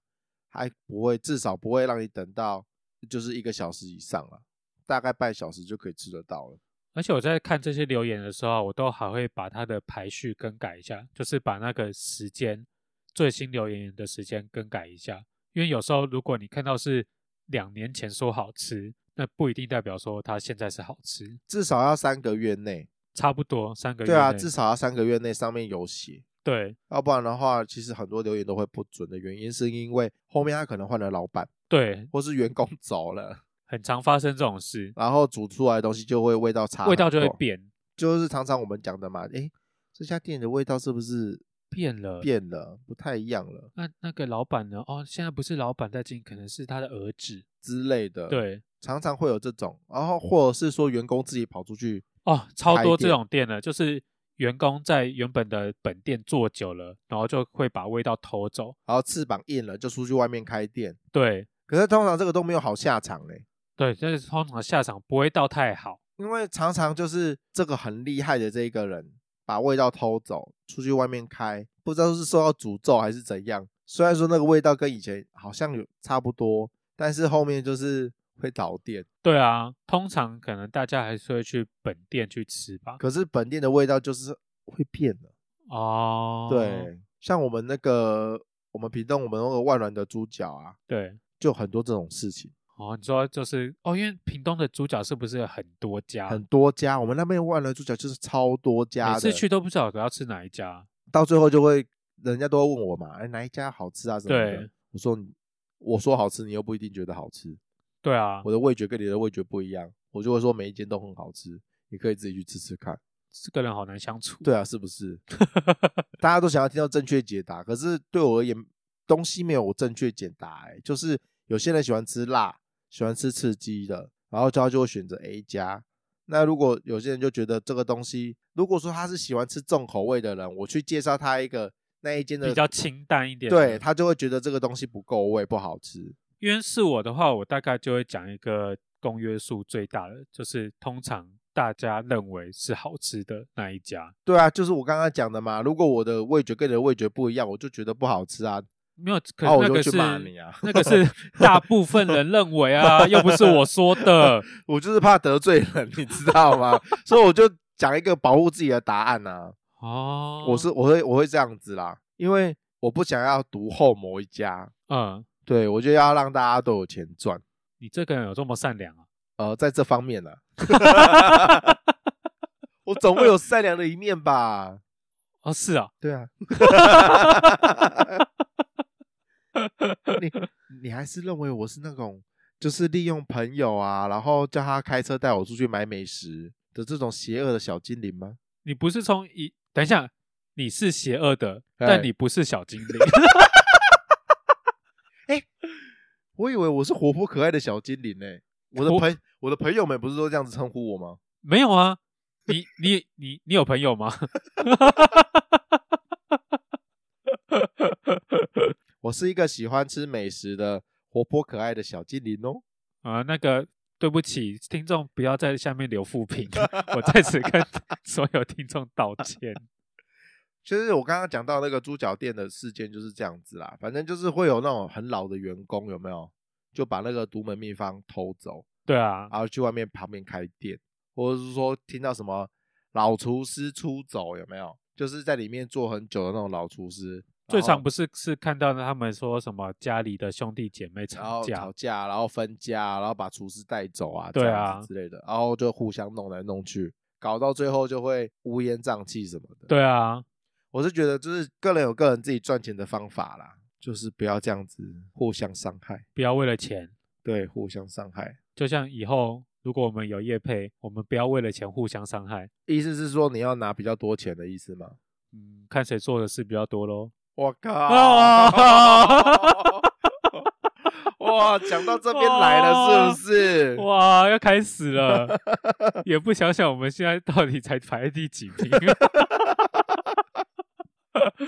[SPEAKER 1] 还不会至少不会让你等到就是一个小时以上了，大概半小时就可以吃得到了。
[SPEAKER 2] 而且我在看这些留言的时候啊，我都还会把它的排序更改一下，就是把那个时间最新留言的时间更改一下，因为有时候如果你看到是两年前说好吃，那不一定代表说它现在是好吃，
[SPEAKER 1] 至少要三个月内，
[SPEAKER 2] 差不多三个月
[SPEAKER 1] 对啊，
[SPEAKER 2] 内
[SPEAKER 1] 至少要三个月内上面有写，
[SPEAKER 2] 对
[SPEAKER 1] 要不然的话，其实很多留言都会不准的原因是因为后面他可能换了老板，
[SPEAKER 2] 对，
[SPEAKER 1] 或是员工 走了，
[SPEAKER 2] 很常发生这种事，
[SPEAKER 1] 然后煮出来的东西就会味道差，
[SPEAKER 2] 味道就会，变
[SPEAKER 1] 就是常常我们讲的嘛，诶，这家店的味道是不是
[SPEAKER 2] 变了。
[SPEAKER 1] 变了，不太一样了
[SPEAKER 2] 那那个老板呢？哦，现在不是老板在进，可能是他的儿子。
[SPEAKER 1] 之类的。，
[SPEAKER 2] 对，
[SPEAKER 1] 常常会有这种，然后或者是说员工自己跑出去，
[SPEAKER 2] 哦，超
[SPEAKER 1] 开
[SPEAKER 2] 多这
[SPEAKER 1] 店
[SPEAKER 2] 种店的，就是员工在原本的本店做久了，然后就会把味道偷走。
[SPEAKER 1] 然后翅膀硬了就出去外面开店。
[SPEAKER 2] 对
[SPEAKER 1] 可是通常这个都没有好下场嘞，
[SPEAKER 2] 对，但是通常下场不会到太好。
[SPEAKER 1] 因为常常就是这个很厉害的这一个人把味道偷走，出去外面开，不知道是受到诅咒还是怎样。虽然说那个味道跟以前好像有差不多，但是后面就是会倒店。
[SPEAKER 2] 对啊，通常可能大家还是会去本店去吃吧。
[SPEAKER 1] 可是本店的味道就是会变的。
[SPEAKER 2] 哦，
[SPEAKER 1] 对，像我们那个我们屏东我们那个万峦的猪脚啊，
[SPEAKER 2] 对，
[SPEAKER 1] 就很多这种事情，
[SPEAKER 2] 哦，你说就是哦，因为屏东的猪脚是不是有很多家？
[SPEAKER 1] 很多家，我们那边万峦猪脚就是超多家
[SPEAKER 2] 每
[SPEAKER 1] 的，
[SPEAKER 2] 次去都不晓得要吃哪一家。
[SPEAKER 1] 到最后就会人家都会问我嘛，哎哪一家好吃啊什么的
[SPEAKER 2] 对，
[SPEAKER 1] 我说你我说好吃，你又不一定觉得好吃，
[SPEAKER 2] 对啊，
[SPEAKER 1] 我的味觉跟你的味觉不一样，我就会说每一间都很好吃，你可以自己去吃吃看。
[SPEAKER 2] 这个人好难相处。
[SPEAKER 1] 对啊，是不 是？大家都想要听到正确解答，可是对我而言，东西没有正确解答、欸。就是有些人喜欢吃辣，喜欢吃刺激的，然后他就会选择 A 加。那如果有些人就觉得这个东西，如果说他是喜欢吃重口味的人，我去介绍他一个那一间的
[SPEAKER 2] 比较清淡一点的。
[SPEAKER 1] 对他就会觉得这个东西不够味，不好吃。
[SPEAKER 2] 因为是我的话，我大概就会讲一个公约数最大的，就是通常大家认为是好吃的那一家，
[SPEAKER 1] 对啊，就是我刚刚讲的嘛。如果我的味觉跟你的味觉不一样，我就觉得不好吃啊。
[SPEAKER 2] 没有，可
[SPEAKER 1] 啊我
[SPEAKER 2] 那
[SPEAKER 1] 就
[SPEAKER 2] 个
[SPEAKER 1] 去
[SPEAKER 2] 是、
[SPEAKER 1] 骂你 啊
[SPEAKER 2] 那个是大部分人认为啊，又不是我说的。
[SPEAKER 1] 我就是怕得罪人，你知道吗？ 所以我就讲一个保护自己的答案啊。
[SPEAKER 2] 哦，
[SPEAKER 1] 我是我会我会这样子啦，因为我不想要独后某一家，
[SPEAKER 2] 嗯，
[SPEAKER 1] 对我就要让大家都有钱赚。
[SPEAKER 2] 你这个人有这么善良啊？
[SPEAKER 1] 呃，在这方面呢、 我总会有善良的一面吧？
[SPEAKER 2] 哦，是啊，
[SPEAKER 1] 对啊，你你还是认为我是那种就是利用朋友啊，然后叫他开车带我出去买美食的这种邪恶的小精灵吗？
[SPEAKER 2] 你不是从一等一下，你是邪恶的，
[SPEAKER 1] 哎
[SPEAKER 2] 但你不是小精灵。
[SPEAKER 1] 我以为我是活泼可爱的小精灵呢、我的
[SPEAKER 2] 活
[SPEAKER 1] 朋我的朋友们不是都这样子称呼我吗？
[SPEAKER 2] 没有啊，你你你你有朋友吗？
[SPEAKER 1] 我是一个喜欢吃美食的活泼可爱的小精灵哦。
[SPEAKER 2] 啊，那个对不起，听众不要在下面留负 评，我在此跟 所有听众道歉。
[SPEAKER 1] 其实我刚刚讲到那个猪脚店的事件就是这样子啦，反正就是会有那种很老的员工有没有，就把那个独门秘方偷走，
[SPEAKER 2] 对 啊，
[SPEAKER 1] 然后去外面旁边开店，或者是说听到什么老厨师出走有没有，就是在里面做很久的那种老厨师，
[SPEAKER 2] 最
[SPEAKER 1] 常
[SPEAKER 2] 常不是是看到他们说什么家里的兄弟姐妹
[SPEAKER 1] 然后
[SPEAKER 2] 吵
[SPEAKER 1] 吵
[SPEAKER 2] 架，
[SPEAKER 1] 架，然后分家，然后把厨师带走啊，
[SPEAKER 2] 对
[SPEAKER 1] 这样
[SPEAKER 2] 啊
[SPEAKER 1] 子之类的，然后就互相弄来弄去，搞到最后就会乌烟瘴气什么的。
[SPEAKER 2] 对啊，
[SPEAKER 1] 我是觉得就是个人有个人自己赚钱的方法啦，就是不要这样子互相伤害，
[SPEAKER 2] 不要为了钱，
[SPEAKER 1] 对，互相伤害。
[SPEAKER 2] 就像以后如果我们有业配，我们不要为了钱互相伤害，
[SPEAKER 1] 意思是说你要拿比较多钱的意思吗？
[SPEAKER 2] 嗯，看谁做的事比较多喽。
[SPEAKER 1] 我靠！
[SPEAKER 2] 啊
[SPEAKER 1] 哇，讲到这边来了，是不是？
[SPEAKER 2] 哇，要开始了， 也不想想我们现在到底才排第几名。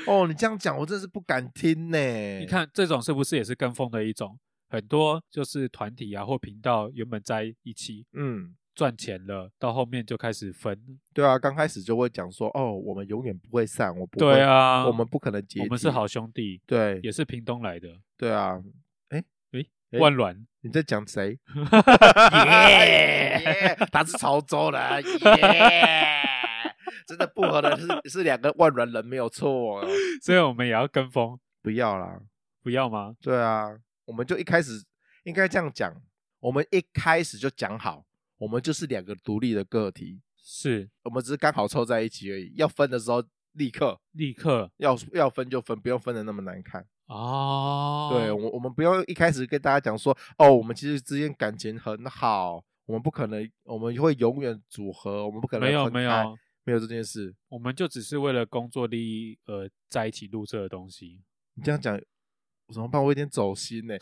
[SPEAKER 1] 哦，你这样讲，我真是不敢听呢。你
[SPEAKER 2] 你，看这种是不是也是跟风的一种？很多就是团体啊或频道原本在一起
[SPEAKER 1] 嗯，
[SPEAKER 2] 赚钱了，到后面就开始分。
[SPEAKER 1] 对啊，刚开始就会讲说，哦，我们永远不会散，我不会，
[SPEAKER 2] 对，啊，
[SPEAKER 1] 我们不可能解体，
[SPEAKER 2] 我们是好，兄弟，
[SPEAKER 1] 对，
[SPEAKER 2] 也是屏东来的。
[SPEAKER 1] 对啊，诶
[SPEAKER 2] 万峦，
[SPEAKER 1] 你在讲谁？
[SPEAKER 2] 耶
[SPEAKER 1] 耶，他是潮州 人，耶，真的不合的是是两个万峦人没有错，
[SPEAKER 2] 所以我们也要跟风，
[SPEAKER 1] 不要啦，
[SPEAKER 2] 不要吗？
[SPEAKER 1] 对啊，我们就一开始应该这样讲，我们一开始就讲好，我们就是两个独立的个体，
[SPEAKER 2] 是，
[SPEAKER 1] 我们只是刚好凑在一起而已，要分的时候立刻。
[SPEAKER 2] 立刻
[SPEAKER 1] 要要分就分，不用分的那么难看。
[SPEAKER 2] 哦，
[SPEAKER 1] 对我，我们不用一开始跟大家讲说，哦，我们其实之间感情很好，我们不可能，我们会永远组合，我们不可能
[SPEAKER 2] 没有
[SPEAKER 1] 分
[SPEAKER 2] 没
[SPEAKER 1] 开
[SPEAKER 2] 有，
[SPEAKER 1] 没有这件事。
[SPEAKER 2] 我们就只是为了工作利益而在一起录这个东西。
[SPEAKER 1] 你这样讲，我怎么办？我有点走心呢、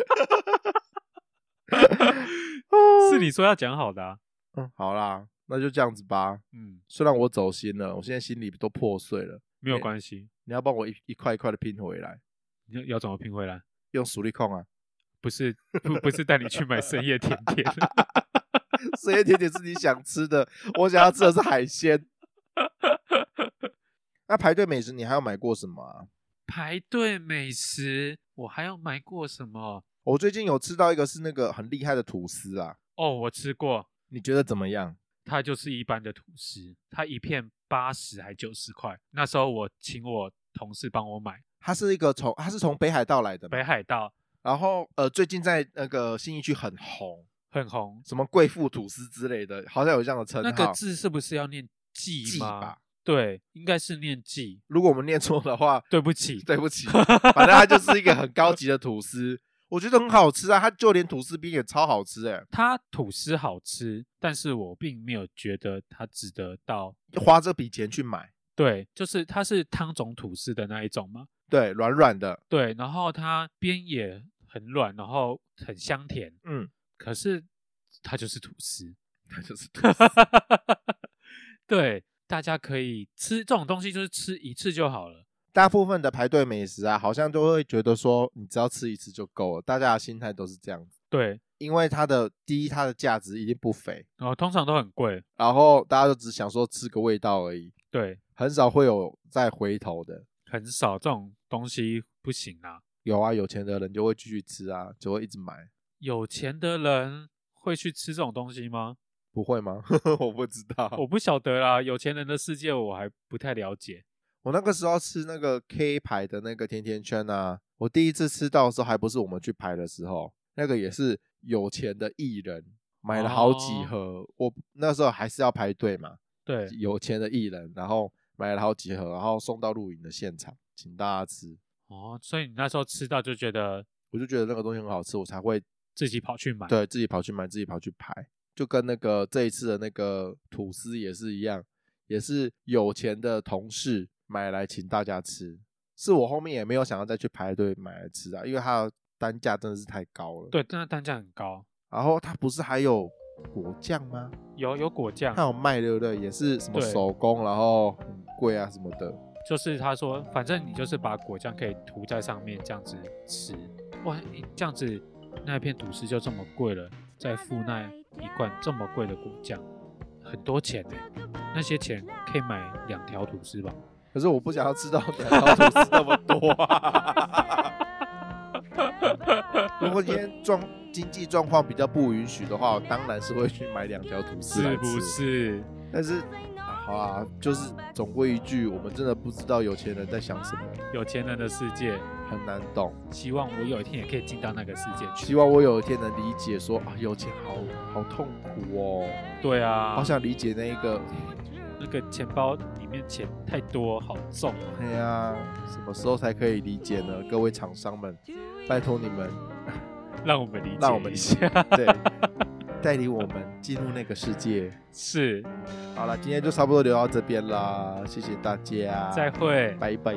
[SPEAKER 2] 是你说要讲好的、啊，
[SPEAKER 1] 嗯，好啦，那就这样子吧。
[SPEAKER 2] 嗯，
[SPEAKER 1] 虽然我走心了，我现在心里都破碎了。
[SPEAKER 2] 没有
[SPEAKER 1] 诶
[SPEAKER 2] 关系。
[SPEAKER 1] 你要帮我一一块一块的拼回来，
[SPEAKER 2] 你要要怎么拼回来？
[SPEAKER 1] 用实力控啊！
[SPEAKER 2] 不是不不是带你去买深夜甜点，
[SPEAKER 1] 这些甜点是你想吃的，我想要吃的是海鲜。那排队美食，你还有买过什么啊？
[SPEAKER 2] 排队美食，我还要买过什么？
[SPEAKER 1] 我最近有吃到一个是那个很厉害的吐司啊，
[SPEAKER 2] 哦，我吃过，
[SPEAKER 1] 你觉得怎么样？
[SPEAKER 2] 它就是一般的吐司，它一片八十还九十块。那时候我请我同事帮我买，
[SPEAKER 1] 它是一个从它是从北海道来的嘛，
[SPEAKER 2] 北海道
[SPEAKER 1] 然后呃最近在那个信义区很红，
[SPEAKER 2] 很红，
[SPEAKER 1] 什么贵妇吐司之类的，好像有这样的称号。
[SPEAKER 2] 那个字是不是要念季
[SPEAKER 1] 记
[SPEAKER 2] 吗？
[SPEAKER 1] 吧，
[SPEAKER 2] 对，应该是念季。
[SPEAKER 1] 如果我们念错的 话，
[SPEAKER 2] 对不起，
[SPEAKER 1] 对不起，反正它就是一个很高级的吐司，我觉得很好吃啊，它就连吐司冰也超好吃哎、
[SPEAKER 2] 它吐司好吃，但是我并没有觉得它值得到。
[SPEAKER 1] 花这笔钱去买，
[SPEAKER 2] 对，就是它是汤种吐司的那一种嘛。
[SPEAKER 1] 对，软软的，
[SPEAKER 2] 对，然后它边也很软，然后很香甜，
[SPEAKER 1] 嗯，
[SPEAKER 2] 可是它就是吐司。
[SPEAKER 1] 它就是吐
[SPEAKER 2] 对，大家可以吃这种东西，就是吃一次就好了。
[SPEAKER 1] 大部分的排队美食啊，好像都会觉得说，你只要吃一次就够了，大家的心态都是这样子。
[SPEAKER 2] 对，
[SPEAKER 1] 因为它的第一，它的价值一定不菲，
[SPEAKER 2] 然后通常都很贵。
[SPEAKER 1] 然后大家就只想说吃个味道而已，
[SPEAKER 2] 对，
[SPEAKER 1] 很少会有再回头的。
[SPEAKER 2] 很少这种东西不行啊。
[SPEAKER 1] 有啊，有钱的人就会继续吃啊，就会一直买，
[SPEAKER 2] 有钱的人会去吃这种东西吗？
[SPEAKER 1] 不会吗？ 我不知道。
[SPEAKER 2] 我
[SPEAKER 1] 我
[SPEAKER 2] 不晓得啦，有钱人的世界我还不太了解。
[SPEAKER 1] 我那个时候吃那个 K 牌的那个甜甜圈啊，我第一次吃到的时候，还不是我们去排的时候，那个也是有钱的艺人买了好几
[SPEAKER 2] 哦
[SPEAKER 1] 盒，我那时候还是要排队嘛。
[SPEAKER 2] 对，
[SPEAKER 1] 有钱的艺人，然后买了好几盒，然后送到录影的现场，请大家吃。
[SPEAKER 2] 哦，所以你那时候吃到就觉得
[SPEAKER 1] 我就觉得那个东西很好吃，我才会
[SPEAKER 2] 自己跑去买。
[SPEAKER 1] 对自己跑去买，自己跑去排。就跟那个这一次的那个吐司也是一样，也是有钱的同事买来请大家吃。是我后面也没有想要再去排队买来吃啊，因为它的单价真的是太高了。，
[SPEAKER 2] 对，但它单价很高，
[SPEAKER 1] 然后它不是还有果酱吗？
[SPEAKER 2] 有有果酱
[SPEAKER 1] 它，有卖对不对？也是什么
[SPEAKER 2] 对
[SPEAKER 1] 手工，然后很贵啊什么的。
[SPEAKER 2] 就是他说，反正你就是把果酱可以涂在上面这样子吃，哇，你这样子那一片吐司就这么贵了，再付那一罐这么贵的果酱，很多钱呢、那些钱可以买两条吐司吧？
[SPEAKER 1] 可是我不想要吃到 两条吐司那么多 啊。如果今天状经济状况比较不允许的话，我当然是会去买两条吐司来
[SPEAKER 2] 是
[SPEAKER 1] 吃。
[SPEAKER 2] 不是？
[SPEAKER 1] 但是，啊好啊，就是总归一句，我们真的不知道有钱人在想什么，
[SPEAKER 2] 有钱人的世界，
[SPEAKER 1] 很难懂。
[SPEAKER 2] 希望我有一天也可以进到那个世界去。
[SPEAKER 1] 希望我有一天能理解说啊，有钱好好痛苦哦，
[SPEAKER 2] 对啊，
[SPEAKER 1] 好想理解那一个，
[SPEAKER 2] 那个钱包里面钱太多，好重啊。
[SPEAKER 1] 哎呀，什么时候才可以理解呢？各位厂商们，拜托你们，
[SPEAKER 2] 让我们理解，
[SPEAKER 1] 让我们理解
[SPEAKER 2] 下。
[SPEAKER 1] 对，带领我们进入那个世界。
[SPEAKER 2] 是，
[SPEAKER 1] 好了，今天就差不多聊到这边啦，谢谢大家，
[SPEAKER 2] 再会。
[SPEAKER 1] 拜拜。